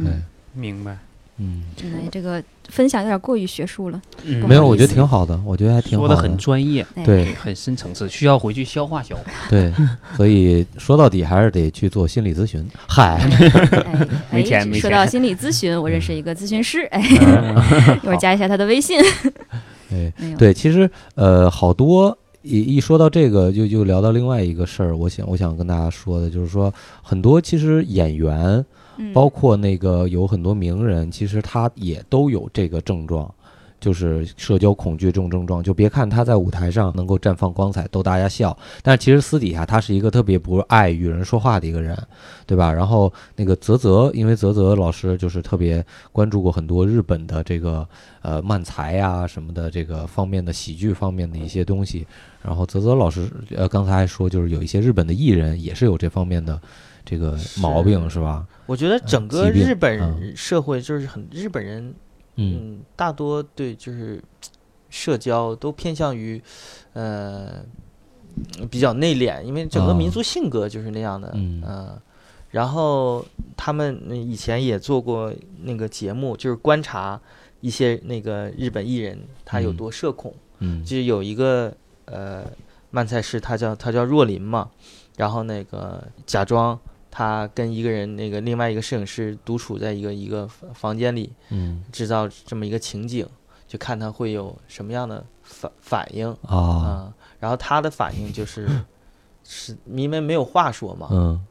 明白。
嗯。
哎，这个分享有点过于学术了。
嗯
没有，
不好
我
意
觉得
思
挺好的，我觉得还挺好
说的很专业，
哎、
对
很深层次，需要回去消化消化。
对，所以说到底还是得去做心理咨询。嗨，
哎，
没钱
哎
没
说
钱
到心理咨询，我认识一个咨询师，哎， 一会儿加一下他的微信。
哎，
哎呦，
对，其实呃，好多一一说到这个，就就聊到另外一个事儿。我想我想跟大家说的就是说，很多其实演员，
嗯
包括那个有很多名人，其实他也都有这个症状。就是社交恐惧这种症状，就别看他在舞台上能够绽放光彩，逗大家笑，但其实私底下他是一个特别不爱与人说话的一个人，对吧？然后那个泽泽，因为泽泽老师就是特别关注过很多日本的这个呃漫才呀、什么的这个方面的喜剧方面的一些东西。然后泽泽老师呃刚才还说，就是有一些日本的艺人也是有这方面的这个毛病，是吧？
我觉得整个
疾病
日本
嗯
社会就是很日本人，
嗯
嗯，大多对就是社交都偏向于呃比较内敛，因为整个
啊
民族性格就是那样的，
嗯
呃然后他们嗯以前也做过那个节目，就是观察一些那个日本艺人他有
嗯
多社恐，
嗯
就是有一个呃漫才师他叫他叫若琳嘛，然后那个假装他跟一个人那个另外一个摄影师独处在一个一个房房间里，
嗯
制造这么一个情景，就看他会有什么样的反反应
啊，
啊、然后他的反应就是是因为没有话说嘛，
嗯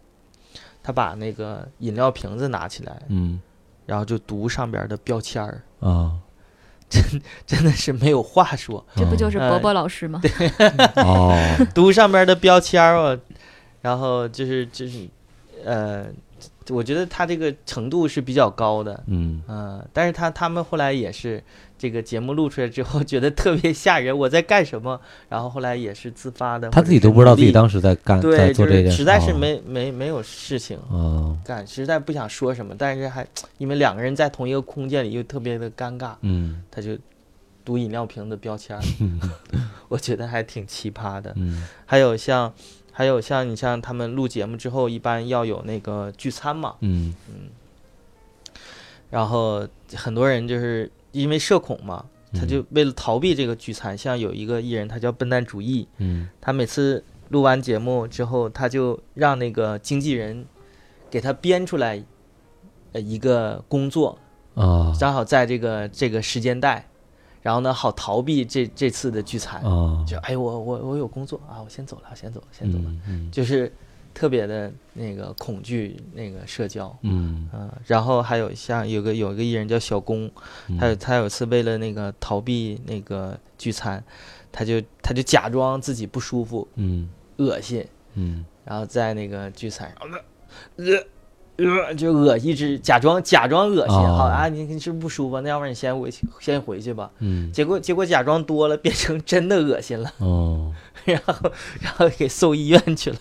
他把那个饮料瓶子拿起来，
嗯
然后就读上边的标签儿，
啊，
真的是没有话说，
这不就是
嗯
伯伯老师吗？
哦
读上边的标签儿我，然后就是就是，呃，我觉得他这个程度是比较高的，
嗯
嗯、但是他他们后来也是这个节目录出来之后，觉得特别吓人，我在干什么？然后后来也是自发的，
他
或者
自己
是
都不知道
努
自己
力
当时在干在
对，
做
就
这件
是
事，
实在是
哦
没没没有事情
哦
干，实在不想说什么，但是还因为两个人在同一个空间里又特别的尴尬，
嗯
他就读饮料瓶的标 签儿，我觉得还挺奇葩的。
嗯
还有像，还有像你像他们录节目之后，一般要有那个聚餐嘛，
嗯
然后很多人就是因为社恐嘛，他就为了逃避这个聚餐，像有一个艺人，他叫笨蛋主义，
嗯
他每次录完节目之后，他就让那个经纪人给他编出来，呃，一个工作，
啊
正好在这个这个时间带，然后呢，好逃避这这次的聚餐。
啊，
就哎，我我我有工作啊，我先走了，我先走了，先走了，
嗯嗯
就是特别的那个恐惧那个社交。
嗯，
嗯，然后还有像有个有个艺人叫小工，
嗯
他有他有次为了那个逃避那个聚餐，他就他就假装自己不舒服、
嗯
恶心，
嗯
然后在那个聚餐上，呃呃，就恶一直假装假装恶心，
哦
好啊，你你是不是不舒服，那要不然你先回去先回去吧。
嗯
结果结果假装多了，变成真的恶心了，
哦，
然后然后给送医院去了。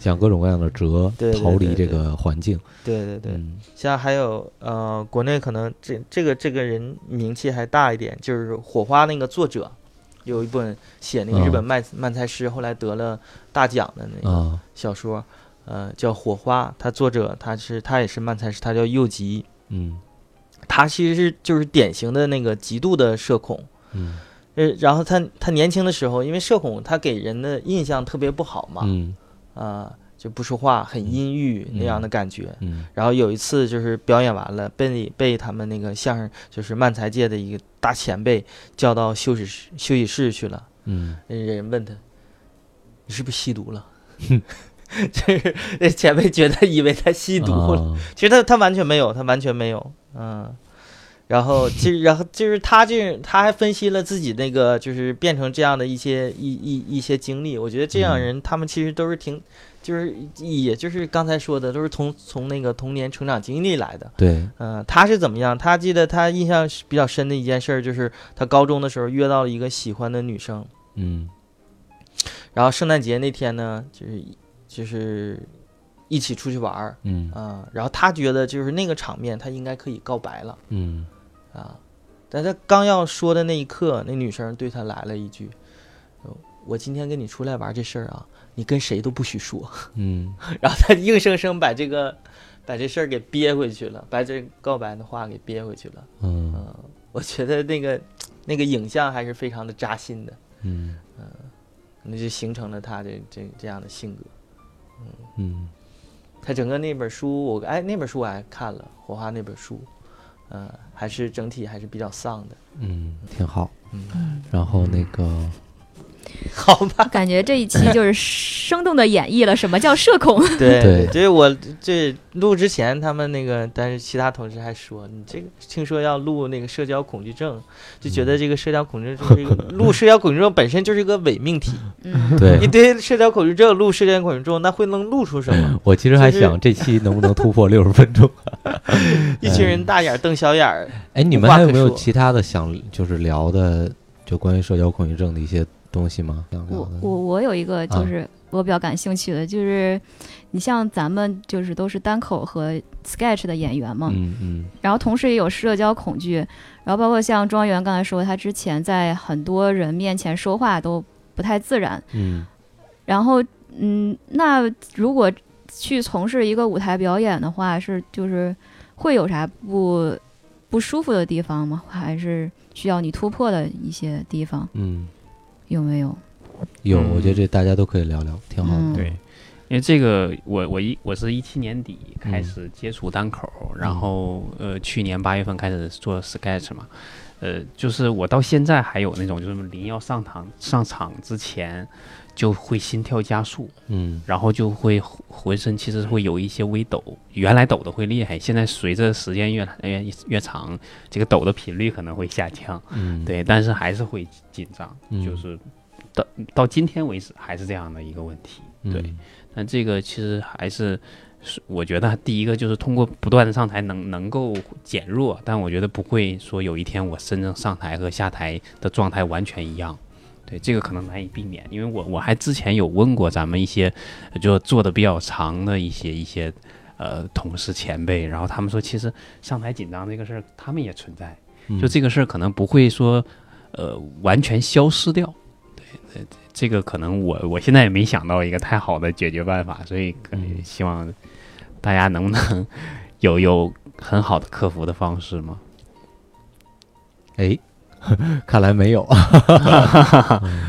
想各种各样的辙
对对
逃离这
对对
个环境，
对对对，
嗯
像还有呃，国内可能这这个这个人名气还大一点，就是《火花》那个作者，有一本写那个
嗯
日本漫、漫才师，后来得了大奖的那个
啊
小说，呃，叫《火花》，他作者他是他也是漫才师，他叫右吉，
嗯
他其实是就是典型的那个极度的社恐。
嗯
呃，然后他他年轻的时候，因为社恐，他给人的印象特别不好嘛，
嗯
啊、就不说话，很阴郁、那样的感觉。
嗯
然后有一次就是表演完了，被被他们那个相声就是漫才界的一个大前辈叫到休息室休息室去了。
嗯
那人问他：“你是不是吸毒了？” 就是那前辈觉得以为他吸毒了，
啊
其实他他完全没有，他完全没有，嗯。然后其实然后就是他这他还分析了自己那个就是变成这样的一些一一一些经历，我觉得这样人他们其实都是挺，就是也就是刚才说的，都是从从那个童年成长经历来的。
对，
嗯，他是怎么样？他记得他印象是比较深的一件事儿，就是他高中的时候约到了一个喜欢的女生，
嗯
然后圣诞节那天呢，就是就是一起出去玩儿
嗯
啊、然后他觉得就是那个场面，他应该可以告白了
嗯
啊。但他刚要说的那一刻，那女生对他来了一句：“呃我今天跟你出来玩这事儿啊，你跟谁都不许说。”
嗯
然后他硬生生把这个把这事儿给憋回去了，把这告白的话给憋回去了。
嗯
嗯，我觉得那个那个影像还是非常的扎心的，
嗯
那就形成了他这这这样的性格。
嗯
他整个那本书，我哎那本书我还看了，《火花》那本书，呃，还是整体还是比较丧的。
嗯，挺好。
嗯，
然后那个，
好吧，
感觉这 一期就是生动的演绎了什么叫社 恐。
嗯
对
对
这我这录之前他们那个，但是其他同事还说你这个听说要录那个社交恐惧症，就觉得这个社交恐惧症是一个录社交恐惧症本身就是一个伪命题，
嗯，
一
对
堆社交恐惧症录社交恐惧症，那会能录出什 么？
我其实还
其实
想这期能不能突破六十分钟？
一群人大眼瞪小眼儿，
哎，你
无
们
话
还有
可
没有
说
其他的想就是聊的，就关于社交恐惧症的一些东西吗？想聊
我
的
我我有一个
啊
就是我比较感兴趣的，就是你像咱们就是都是单口和 sketch 的演员嘛，
嗯嗯
然后同时也有社交恐惧，然后包括像庄园刚才说，他之前在很多人面前说话都不太自然，
嗯
然后嗯，那如果去从事一个舞台表演的话，是就是会有啥不不舒服的地方吗？还是需要你突破的一些地方？
嗯，
有 没有？
有，
嗯
我觉得这大家都可以聊聊，挺好的。
嗯
对，因为这个我我一我是一七年底
嗯
开始接触单口，然后呃去年八月份开始做 sketch 嘛，呃就是我到现在还有那种就是临要上场上场之前就会心跳加速，
嗯
然后就会浑浑身其实会有一些微抖，原来抖的会厉害，现在随着时间越来越越长，这个抖的频率可能会下降，
嗯，
对，但是还是会紧张，
嗯
就是到到今天为止还是这样的一个问题，
嗯
对。但这个其实还是，是我觉得第一个就是通过不断的上台能能够减弱，但我觉得不会说有一天我真正上台和下台的状态完全一样。对，这个可能难以避免，因为我我还之前有问过咱们一些呃就做的比较长的一些一些呃同事前辈，然后他们说其实上台紧张这个事儿他们也存在，
嗯
就这个事儿可能不会说呃完全消失掉。对，呃这个可能我我现在也没想到一个太好的解决办法，所以可
嗯
希望大家能不能有有很好的克服的方式嘛？
哎， 看来没有。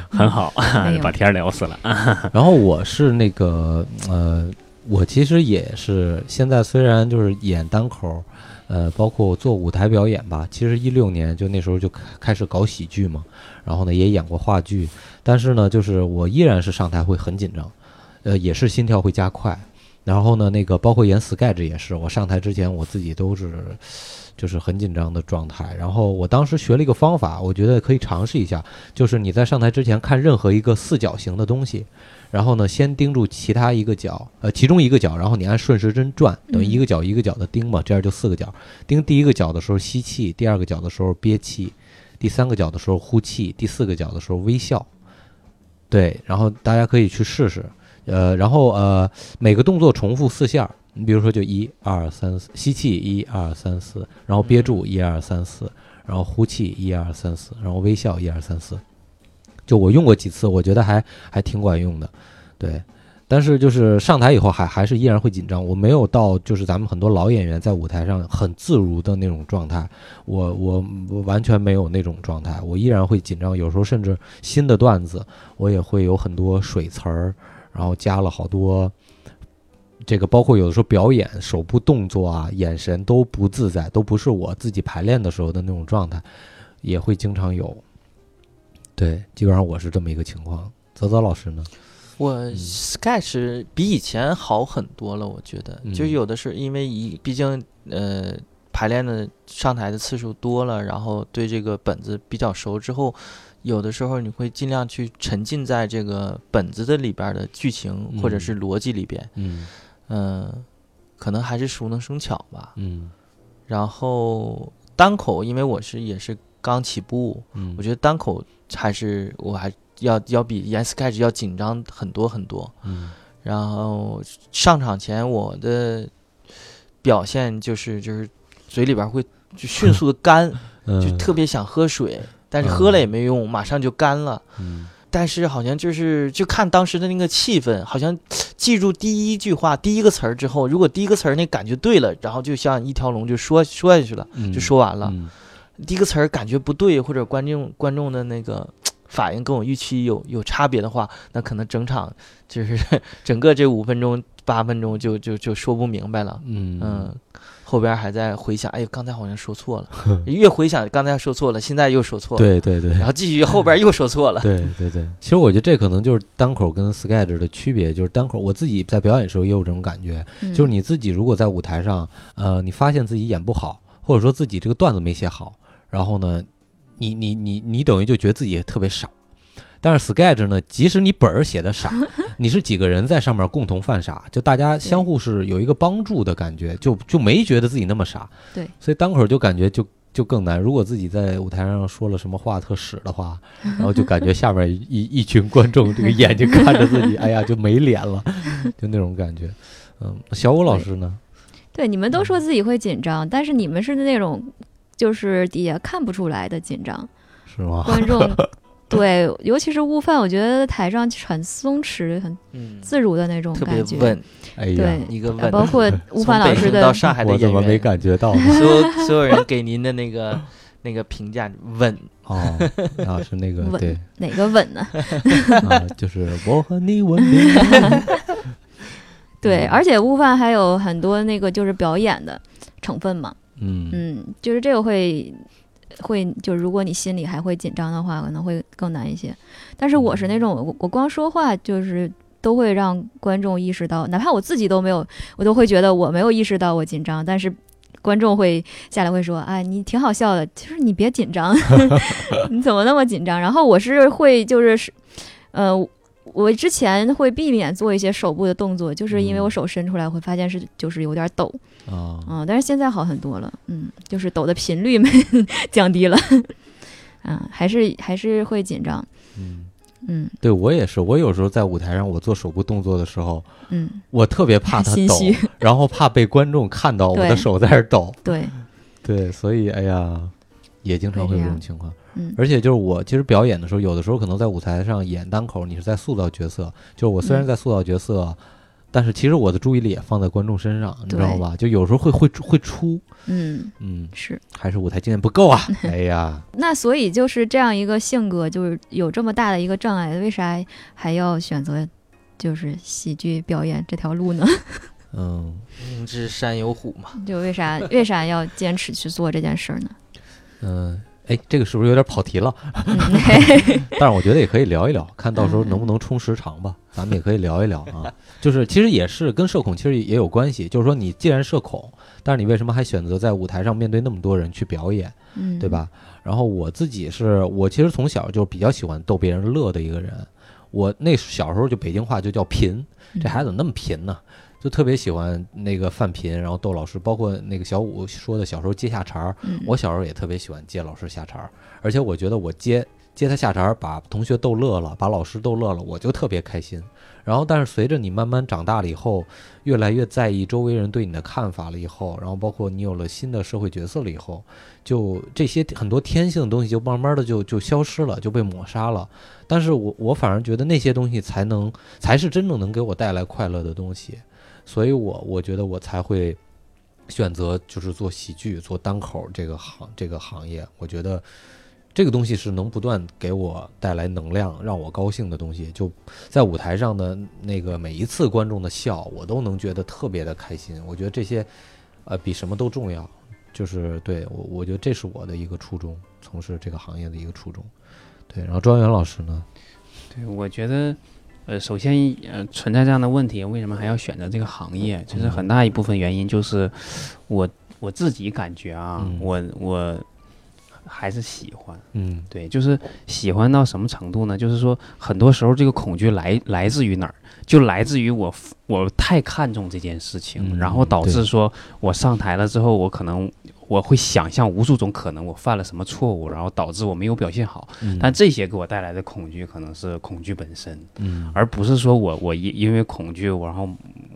很好
没，有
把天儿聊死了。
然后我是那个呃，我其实也是现在虽然就是演单口，呃，包括做舞台表演吧。其实一六年就那时候就开开始搞喜剧嘛，然后呢也演过话剧，但是呢就是我依然是上台会很紧张，呃，也是心跳会加快。然后呢，那个包括演 sketch 也是，我上台之前我自己都是就是很紧张的状态。然后我当时学了一个方法，我觉得可以尝试一下，就是你在上台之前看任何一个四角形的东西，然后呢，先盯住其他一个角，呃，其中一个角，然后你按顺时针转，等于一个角一个角的盯嘛，这样就四个角。盯第一个角的时候吸气，第二个角的时候憋气，第三个角的时候呼气，第四个角的时候微笑。对，然后大家可以去试试，呃，然后呃，每个动作重复四下儿，你比如说就一二三四，吸气一二三四，然后憋住一二三四，然后呼气一二三四，然后微笑一二三四。就我用过几次，我觉得还还挺管用的，对。但是就是上台以后还还是依然会紧张，我没有到就是咱们很多老演员在舞台上很自如的那种状态，我我我完全没有那种状态，我依然会紧张，有时候甚至新的段子我也会有很多水词儿，然后加了好多。这个包括有的时候表演手部动作啊、眼神都不自在，都不是我自己排练的时候的那种状态，也会经常有。对，基本上我是这么一个情况。泽泽老师呢？
我
嗯
Sketch 比以前好很多了，我觉得，就
嗯
有的是因为一，毕竟呃排练的上台的次数多了，然后对这个本子比较熟之后，有的时候你会尽量去沉浸在这个本子的里边儿的剧情或者
嗯
是逻辑里边，
嗯
嗯、可能还是熟能生巧吧。
嗯
然后单口，因为我是也是刚起步，
嗯
我觉得单口还是我还要要比演 sketch 要紧张很多很多。
嗯
然后上场前我的表现就是就是嘴里边会就迅速的干，
嗯
就特别想喝水，但是喝了也没用，马上就干了。
嗯
但是好像就是就看当时的那个气氛，好像记住第一句话、第一个词儿之后，如果第一个词儿那感觉对了，然后就像一条龙就说说下去了，
嗯
就说完了。
嗯
第一个词儿感觉不对，或者观众观众的那个反应跟我预期有有差别的话，那可能整场就是 整个这五分钟八分钟就就就说不明白了。
嗯
嗯，后边还在回想，哎呦，刚才好像说错 了，越回想刚才说错了，现在又说错了，嗯
对对对
然后继续后边又说错 了。
对对对。其实我觉得这可能就是单口跟 sketch 的区别，就是单口我自己在表演的时候也有这种感觉，
嗯
就是你自己如果在舞台上，呃，你发现自己演不好，或者说自己这个段子没写好，然后呢，你你你你等于就觉得自己特别傻。但是 sketch 呢，即使你本儿写的 傻，你是几个人在上面共同犯傻，就大家相互是有一个帮助的感觉，就就没觉得自己那么傻。
对，
所以单口就感觉就就更难。如果自己在舞台上说了什么话特屎的 话，然后就感觉下面一一群观众这个眼睛看着自己，哎呀就没脸了，就那种感觉。嗯，小武老师呢？
对你们都说自己会紧张，但是你们是那种就是也看不出来的紧 张，
是吗？
观众对，尤其是悟饭，我觉得台上很松弛、很
嗯，
自如的那种
特别
感觉。
稳，
哎呀，
对，
一个
呃
稳。
包括悟
从
饭老
北
师
京到
的
上海的
我
演
怎么没
员，
感觉到呢？
所有所有人给您的那个那个评价稳，
哦，啊是那个
稳
对
哪个稳呢？
啊，就是我和你吻别。
对，
嗯
而且悟饭还有很多那个就是表演的成分嘛，
嗯，
嗯，就是这个会会就如果你心里还会紧张的话，可能会更难一些。但是我是那种我我光说话就是都会让观众意识到，哪怕我自己都没有，我都会觉得我没有意识到我紧张，但是。观众会下来会说：“哎，你挺好笑的，其实你别紧张， 你怎么那么紧张？”然后我是会就是是，呃，我之前会避免做一些手部的动作，就是因为
嗯
我手伸出来会发现是就是有点抖，
啊，
嗯，但是现在好很多了，嗯，就是抖的频率没 降低了，嗯，还是还是会紧张，
嗯，
嗯
对我也是，我有时候在舞台上我做手部动作的时候，
嗯，
我特别怕它
心
抖
虚，
然后怕被观众看到我的
对
手在这儿抖。
对，
对，所以哎呀，也经常
会
会有
这
这种
样
情况。
嗯
而且就是我其实表演的时候，有的时候可能在舞台上演单口，你是在塑造角色。就是我虽然
嗯
在塑造角色，但是其实我的注意力也放在观众身上，你知道
对
吧？就有时候会会会出，
嗯
嗯，
是。
还是舞台经验不够 啊。哎呀，
那所以就是这样一个性格，就是有这么大的一个障碍，为啥还要选择就是喜剧表演这条路呢？
嗯，
明知山有虎嘛。
就为啥为啥要坚持去做这件事儿呢？
嗯，哎，这个是不是有点跑题了？
嗯 嘿嘿
但是我觉得也可以聊一聊，看到时候
嗯
能不能充时长吧。咱们也可以聊一聊啊，就是其实也是跟社恐其实也有关系。就是说，你既然社恐，但是你为什么还选择在舞台上面对那么多人去表演，
嗯，
对？吧？然后我自己是我其实从小就比较喜欢逗别人乐的一个人。我那小时候就北京话就叫贫，这孩子怎么那么贫呢？就特别喜欢那个犯贫，然后逗老师，包括那个小五说的小时候接下茬儿，
嗯，
我小时候也特别喜欢接老师下茬儿，而且我觉得我接接他下茬儿，把同学逗乐了，把老师逗乐了，我就特别开心。然后，但是随着你慢慢长大了以后，越来越在意周围人对你的看法了以后，然后包括你有了新的社会角色了以后，就这些很多天性的东西就慢慢的就就消失了，就被抹杀了。但是我我反而觉得那些东西才能才是真正能给我带来快乐的东西，所以我我觉得我才会选择就是做喜剧、做单口这个行这个行业，我觉得这个东西是能不断给我带来能量，让我高兴的东西。就在舞台上的那个每一次观众的笑，我都能觉得特别的开心。我觉得这些，呃，比什么都重要。就是对我，我觉得这是我的一个初衷，从事这个行业的一个初衷。对，然后庄园老师呢？
对，我觉得，呃，首先呃存在这样的问题，为什么还要选择这个行业？其实很大一部分原因就是我我自己感觉啊，
嗯
我我还是喜欢。
嗯
对，就是喜欢到什么程度呢？就是说，很多时候这个恐惧来来自于哪儿？就来自于我我太看重这件事情，
嗯
然后导
对
致说我上台了之后，我可能我会想象无数种可能，我犯了什么错误，然后导致我没有表现好。
嗯
但这些给我带来的恐惧，可能是恐惧本身，
嗯
而不是说我我因因为恐惧，我然后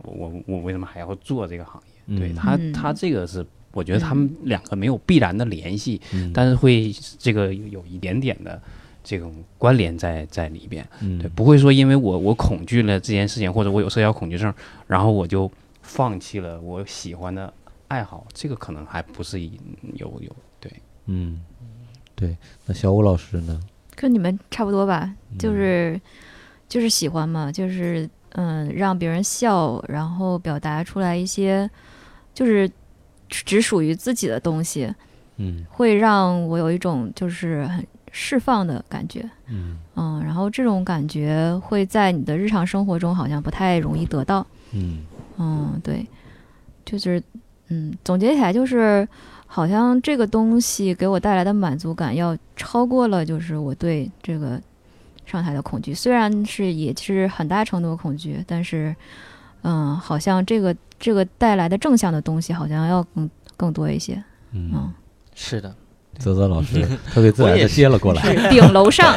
我我我为什么还要做这个行业？对
嗯
他
嗯
他这个是，我觉得他们两个没有必然的联系，
嗯
但是会这个有一点点的这种关联在在里边。
嗯
对，不会说因为我我恐惧了这件事情，或者我有社交恐惧症，然后我就放弃了我喜欢的爱好，这个可能还不是一有有
嗯，对。那小武老师呢？
跟你们差不多吧，就
嗯
是就是喜欢嘛，就是嗯，让别人笑，然后表达出来一些就是只只属于自己的东西，
嗯
会让我有一种就是很释放的感觉，
嗯
嗯，然后这种感觉会在你的日常生活中好像不太容易得到，
嗯
嗯，对，就是嗯，总结起来就是。好像这个东西给我带来的满足感，要超过了就是我对这个上台的恐惧。虽然是也是很大程度的恐惧，但是，嗯，好像这个这个带来的正向的东西，好像要更更多一些。
嗯
嗯，，
是的，
泽泽老师 特别自
我
然
也
的
是
接了 过来。嗯
是顶楼上，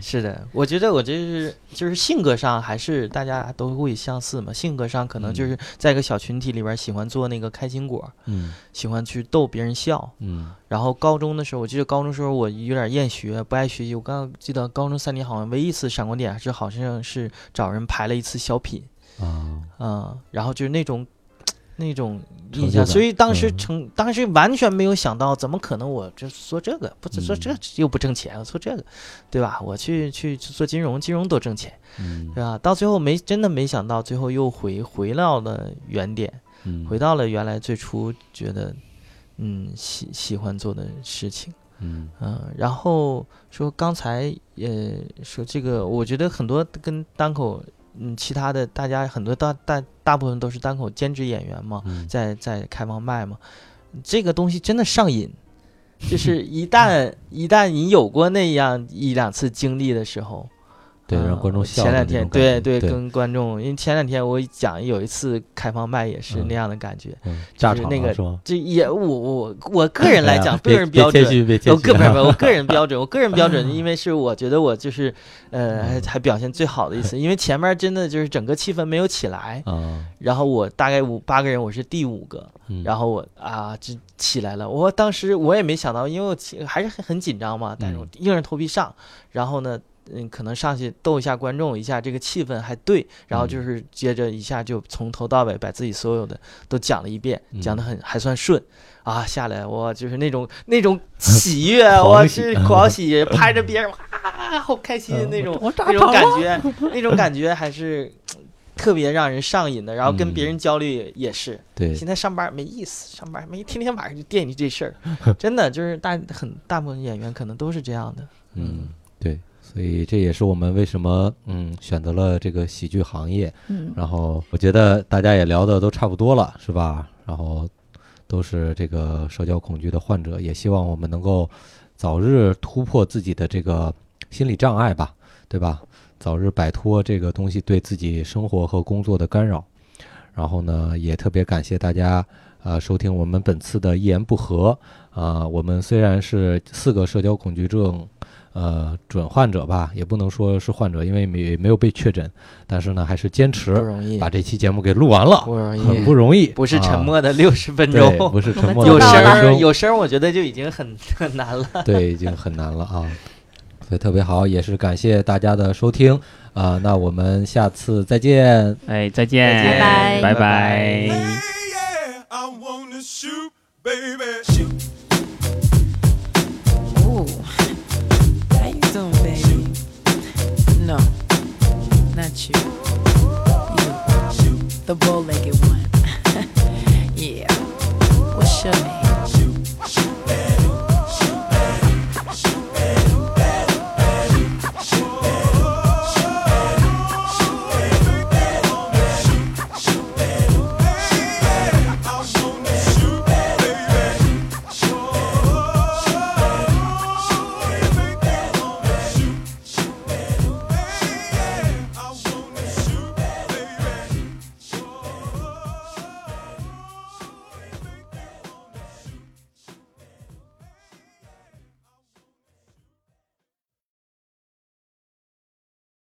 是的，我觉得我这是就是性格上还是大家都会相似嘛，性格上可能就是在一个小群体里边儿喜欢做那个开心果，
嗯
喜欢去逗别人笑，
嗯
然后高中的时候，我记得高中时候我有点厌学，不爱学习。我刚记得高中三年好像唯一一次闪光点还是好像是找人排了一次小品
啊
嗯啊、然后就是那种那种
成
印
就
象，
感
所以当时
嗯
成当时完全没有想到，怎么可能我就做这个，不是做
嗯
这又不挣钱，做这个，对吧？我去去去做金融，金融多挣钱，
嗯
对吧？到最后没真的没想到，最后又回回到了原点，
嗯，
回到了原来最初觉得嗯喜喜欢做的事情。
嗯
嗯，然后说刚才呃说这个，我觉得很多跟单口，嗯，其他的大家很多大大大部分都是单口兼职演员嘛，
嗯
在在开放麦嘛，这个东西真的上瘾，就是 一旦一旦你有过那样一两次经历的时候，
对，
嗯
让观众笑的
前
那
两
种
天
感
对
觉
对
对嗯
跟观众，因为前两天我讲有一次开放麦也是
嗯
那样的感觉，
嗯炸
就是
场
那
了
个
是吗？
这也我我我个人来
哎呀
讲，
别
个人标
别
准
谦。虚，别谦
我
虚，啊
个人我个人标准，我个人标准，因为是我觉得我就是，呃，还还表现最好的一次，因为前面真的就是整个气氛没有起来，
啊，
然后我大概五八个人，我是第五个，
嗯
然后我啊这起来了，我当时我也没想到，因为我起还是很很紧张嘛，但是
嗯
我硬着头皮上，然后呢。嗯，可能上去逗一下观众一下，这个气氛还对，
嗯
然后就是接着一下就从头到尾把自己所有的都讲了一遍，
嗯
讲的很还算顺啊。下来我就是 那种那种喜悦，
狂
我
喜嗯
是狂喜，拍 着别人哇，好开心的那种那种感觉，那种感觉还是特别让人上瘾的。然后
嗯
跟别人交流也是，
对
现在上班没意思，上班没天天晚上就惦记这事儿， 真的就是大很大部分演员可能都是这样的。
嗯，对，所以这也是我们为什么嗯选择了这个喜剧行业。
嗯，
然后我觉得大家也聊的都差不多了，是吧？然后都是这个社交恐惧的患者，也希望我们能够早日突破自己的这个心理障碍吧，对吧？早日摆脱这个东西对自己生活和工作的干扰。然后呢，也特别感谢大家呃收听我们本次的一言不合啊、我们虽然是四个社交恐惧症呃准患者吧，也不能说是患者，因为没没有被确诊，但是呢还是坚持
不容易，
把这期节目给录完了，
不容
很
易，
不容易，
不是沉
啊，
默的六十分
对，
钟，
不是 沉默，
我们
有
做
声
到了
儿有声儿，我觉得就已经很很难了。
对，已经很难了啊，所以特别好，也是感谢大家的收听啊、那我们下次再见。
哎，再见，
再见
拜
拜拜
拜。
Hey, yeah, I wanna shoot, baby. Shoot,
Ooh. How you doing, baby? No, not you. You, the bow-legged one.